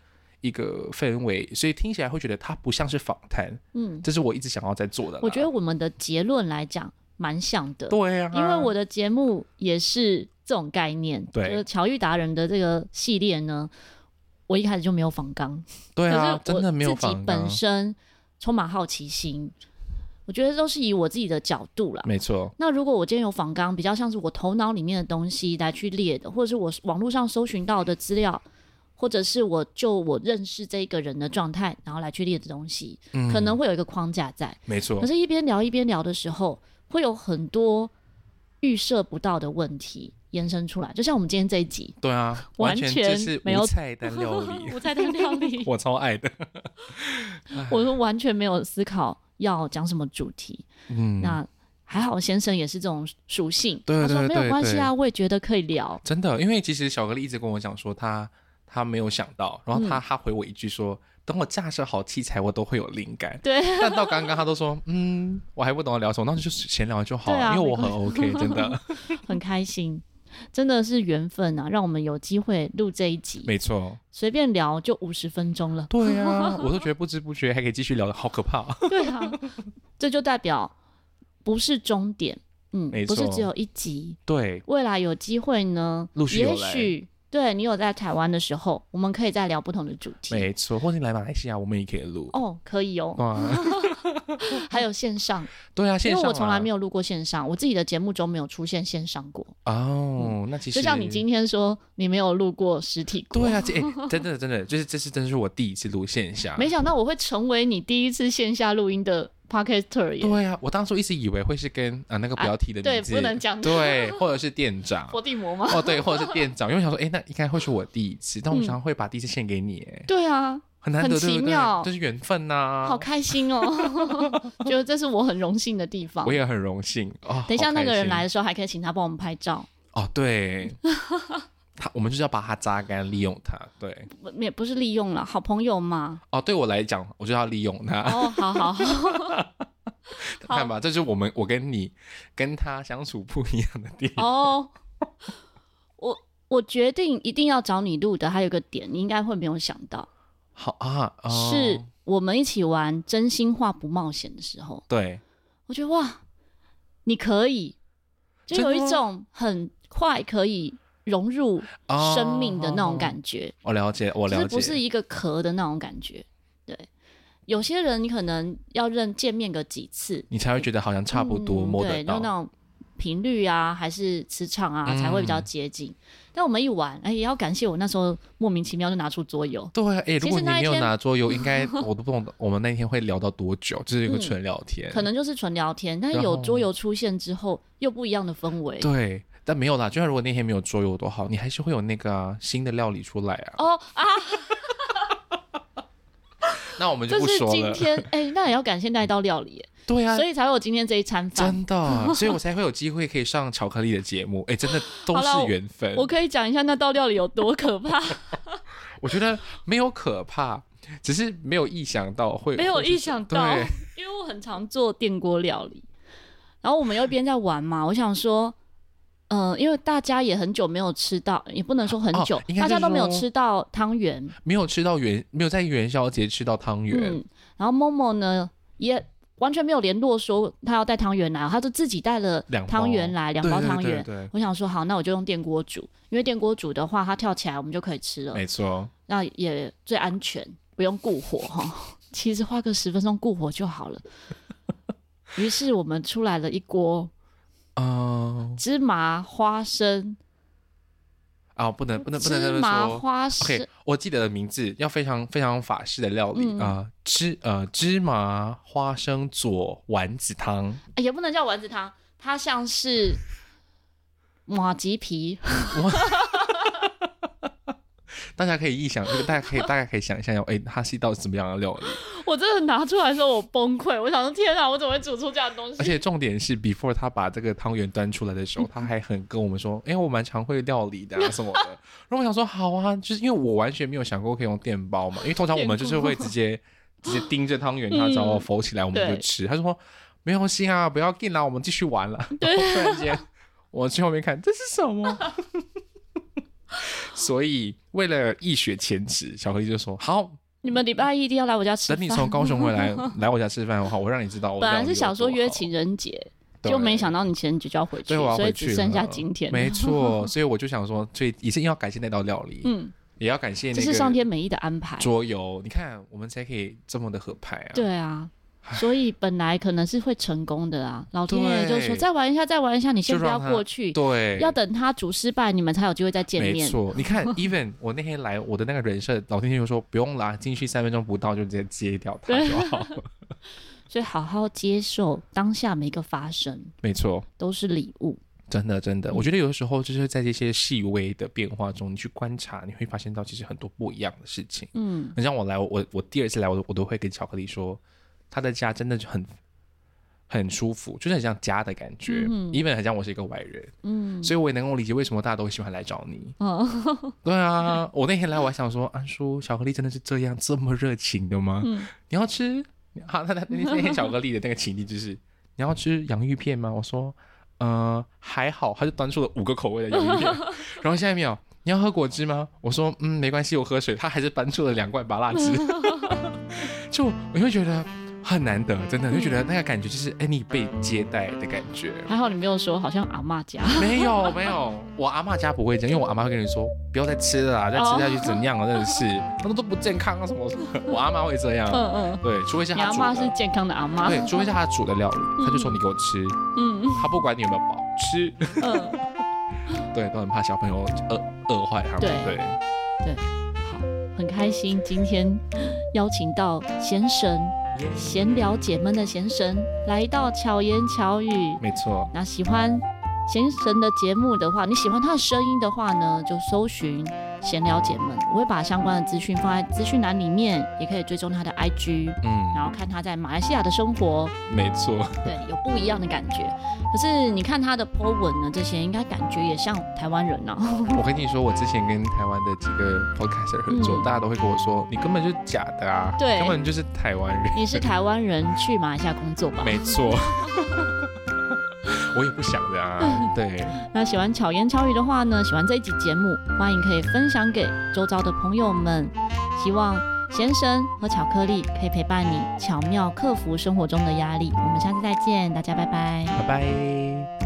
一个氛围，所以听起来会觉得它不像是访谈， <laughs>
嗯，
这是我一直想要在做的啦。
我觉得我们的结论来讲蛮像的，
对啊，
因为我的节目也是这种概念，
对
就是巧遇达人的这个系列呢，我一开始就没有仿纲，
对啊，
可是
真的没有啊
我自己
访
本
纲，
身充满好奇心，我觉得都是以我自己的角度啦。
没错，
那如果我今天有访纲，比较像是我头脑里面的东西来去列的，或者是我网络上搜寻到的资料，或者是我就我认识这一个人的状态，然后来去列的东西，
嗯
可能会有一个框架在。
没错
可，是，一边聊一边聊的时候，会有很多预设不到的问题延伸出来。就像我们今天这一集，
对啊，
完
全
全
就是
没有
无菜单
<laughs>
料理，
我在当料理，
<laughs> 我超
<laughs>
爱的。
我说完全没有思考要讲什么主题。
嗯，
那还好，先生也是这种属性，
对
他说
对
没有
对
关系啊，
对
我也觉得可以聊。
真的，因为其实小格力一直跟我讲说他他没有想到，然
嗯
后他、他回我一句说，等我架设好器材，我都会有灵感。
对，
但到刚刚他都说，嗯，我还不懂要聊什么，那就闲聊就好
对
了，
啊
因为我很 OK，真的，
很开心，真的是缘分啊，让我们有机会录这一集，
没错，。
随便聊就五十分钟了
对啊， <laughs> 我都觉得不知不觉还可以继续聊的，好
<laughs>
可怕、
对啊，这就代表不是终点，嗯
没，
不是
错
只有一集，
对，
未来有机会呢，
陆续有
也
来
许对你有在台湾的时候，我们可以再聊不同的主题。
没错，或者你来马来西亚，我们也可以录。
哦，可以哦，
哇，
还有线上，
对啊，
<laughs>
线
因
上、
为
啊、
我从来没
有
有录过线上，我自己的节目中没有出现线上过。
哦，那其
嗯
实
就像你今天说你没有录过实体过，
对啊，
<laughs>
这、哎真的真的，就是这是真的是我第一次录线下，
没想到我会成为你第一次线下录音的 podcaster 耶，
对啊，我当初一直以为会是跟啊那个不要提的
对
名字，
不能讲
对，或者是
<laughs>
店长，
佛地魔吗？
哦对，或者是店长，因为我想说，哎、那应该会是我第一次，但我想会把第一次献给你，哎、
对啊，
很难
嗯很
得，
奇
对不对
妙？
这是缘分啊呐、
好开心
<laughs>
哦，觉得这是我很荣幸的地方
我。也很荣幸哦。
等一下
好开
那
心
个人来的时候，还可以请他帮我们拍照，
哦，对， <laughs> 他我们就是要把他榨干，利用他。对，
不也不是利用了，好朋友嘛。
哦，对我来讲，我就要利用他。
哦，好好 <laughs> 好，好
<laughs> 看吧，这就是我们我跟你跟他相处不一样的地方。 <laughs>
哦，我我决定一定要找你录的，还有一个点你应该会没有想到，
好啊，哦、
是，我们一起玩真心话不冒险的时候，
对，
我觉得哇，你可以，就
真
有
的
一
吗
种很快可以融入
哦
生命的那种感觉，
我了解，哦我
就
了
是
解，
不是一个壳的那种感觉。对，有些人你可能要认见面个几次，
你才会觉得好像差不多
嗯
摸
对，
得
就
到。
那种频率啊，还是磁场啊，才会比较
嗯
接近。但我们一玩，哎，也要感谢我那时候莫名其妙就拿出桌游，
对啊，哎、
其
如果
实
你
那一
没有
天
拿
<laughs>
桌游，应该我都不懂我们那天会聊到多久，就是一个
嗯
纯聊天。
可能就是纯聊天，但
然
有
后
桌游出现之后，又不一样的氛围。
对，但没有啦。就算如果那天没有桌游多好，你还是会有那个啊、新的料理出来啊。
哦啊，
那我们就
这
不
是
说
今
了。 <laughs>
天哎、那也要感谢那一道料理耶，
对啊
所，以才会有今天这一餐饭。
<laughs> 真的，所以我才会有机会可以上巧克力的节目。哎、
<laughs>
真的都
好啦
是缘分。
我可以讲一下那道料理有多可怕，
我觉得没有可怕，只是没有意想到会
没有
会是
意想到
对，
因为我很常做电锅料理，然后我们又一边在玩嘛，我想说，呃，因为大家也很久没有吃到，也不能说很久，
哦应该
大
是
家都没有
说
吃到汤圆，
没有吃到元，没有在元宵节吃到汤圆。
嗯，然后 Momo 呢也完全没有联络说他要带汤圆来，他就自己带了
两包
汤圆来，两
对
包
对
汤
对
圆。
对，
我想说好，那我就用电锅煮，因为电锅煮的话，它跳起来我们就可以吃了，
没错。
那也最安全，不用顾火哈。 <laughs> 其实花个十分钟顾火就好
<laughs>
了。于是我们出来了一锅
哦、
芝麻花生，
啊，不能不能不能这
芝
么
麻
说。
花生
OK，我记得的名字要非常非常法式的料理啊、
嗯
芝呃芝麻花生佐丸子汤，
哎也不能叫丸子汤，它像是马吉皮，
大家可以臆想，这个大家可以大家可以想象一下，哎、它是一道什么样的料理？
<laughs> 我真的拿出来的时候，我崩溃，我想说天啊，我怎么会煮出这样的东西？
而且重点是，before 他把这个汤圆端出来的
嗯
时候，他还很跟我们说：“哎、我蛮常会料理
<laughs>
的、啊、什么的。”然后我想说：“好啊，就是因为我完全没有想过可以用电包嘛，因为通常我们就是会
<gasps>
直接直接盯着汤圆，它只要浮起来我们
对
就吃。他说：“没有心啊，不要进啦，我们继续玩了。”然后突然间，我去后面看这是什么。
<laughs>
所以，为了一雪前耻，小黑就说：“好，
你们礼拜一一定要来我家 <laughs> 吃
等
饭
你。从高雄回来，来我家吃饭，好，我让你知道我。”
本来是想说约情人节，
对，
就没想到你情人节就要回去，
对，我要
所以
回去
只剩下
了
今天。<laughs>
没错，所以我就想说，所以也是要感谢那道料理，
嗯，
也要感谢
这
那
是上
个
天美意的安排。
桌游。你看，我们才可以这么的合拍啊！，
对啊，所以本来可能是会成功的啊。老天爷就说
对
再玩一下，再玩一下，你先
就
不要
让他
过去，
对，
要等他煮失败，你们才有机会再见
没
面。
错，你
<laughs>
看，even 我那天来，我的那个人设，老天爷就说不用啦，进去三分钟不到就直接接掉它
对
就好。
所以好好接受当下每个发生
<laughs> 没错，
都是礼物。
真的真的，我觉得有的时候就是在这些细微的变化中，你去观察，你会发现到其实很多不一样的事情。
嗯，
你像我来，我我第二次来，我都我都会跟巧克力说，他的家真的就很很舒服，就是很像家的感觉。
嗯
even 很像我是一个外人，
嗯，
所以我也能够理解为什么大家都会喜欢来找你。
哦，
对啊，我那天来我还想说，安叔，巧克力真的是这样这么热情的吗？
嗯
你要吃？好，他他那天那天巧克力的那个情境就是，你要吃洋芋片吗？我说，呃，还好，他就端出了五个口味的洋芋片。然后下一秒，你要喝果汁吗？我说，嗯，没关系，我喝水。他还是搬出了两罐巴辣汁，就我就觉得很难得，真的就觉得那个感觉就是，哎、你被接待的感觉。
<laughs> 还好你没有说，好像阿嬷家。
没有没有，我阿嬷家不会这样，因为我阿嬷会跟你说不要再吃了
哦
啦，再吃下去怎样啊，真的是，
<laughs>
她说都不健康啊什么什么。我阿嬷会这样，
嗯嗯，
对，除非
<laughs>
是
你
她
阿
煮
嬷是
的，
健康的阿嬷。
哦对，除非是她煮的料理，她就说你给我吃，
嗯
她不管你有没有饱吃，
嗯，
对，都很怕小朋友饿饿坏他们，
对
对，
好，很开心今天邀请到先生闲聊解闷的先生来到巧言巧语。
没错，
那喜欢先生的节目的话，你喜欢他的声音的话呢，就搜寻闲聊解闷，我会把相关的资讯放在资讯栏里面，也可以追踪他的 IG。
嗯，
然后看他在马来西亚的生活，
没
<laughs>
错，
对，有不一样的感觉。可是你看他的 po 文呢，这些应该感觉也像台湾人啊。
我跟你说，我之前跟台湾的几个 podcaster 合作，
嗯
大家都会跟我说，你根本就是假的啊，
对
根本就是台湾人，
<laughs> 你是台湾人去马来西亚工作吧？
<laughs> 没错，我也不想的啊，对。
那喜欢巧言巧语的话呢，喜欢这一集节目，欢迎可以分享给周遭的朋友们。希望先生和巧克力可以陪伴你，巧妙克服生活中的压力。我们下次再见，大家拜拜。
拜拜。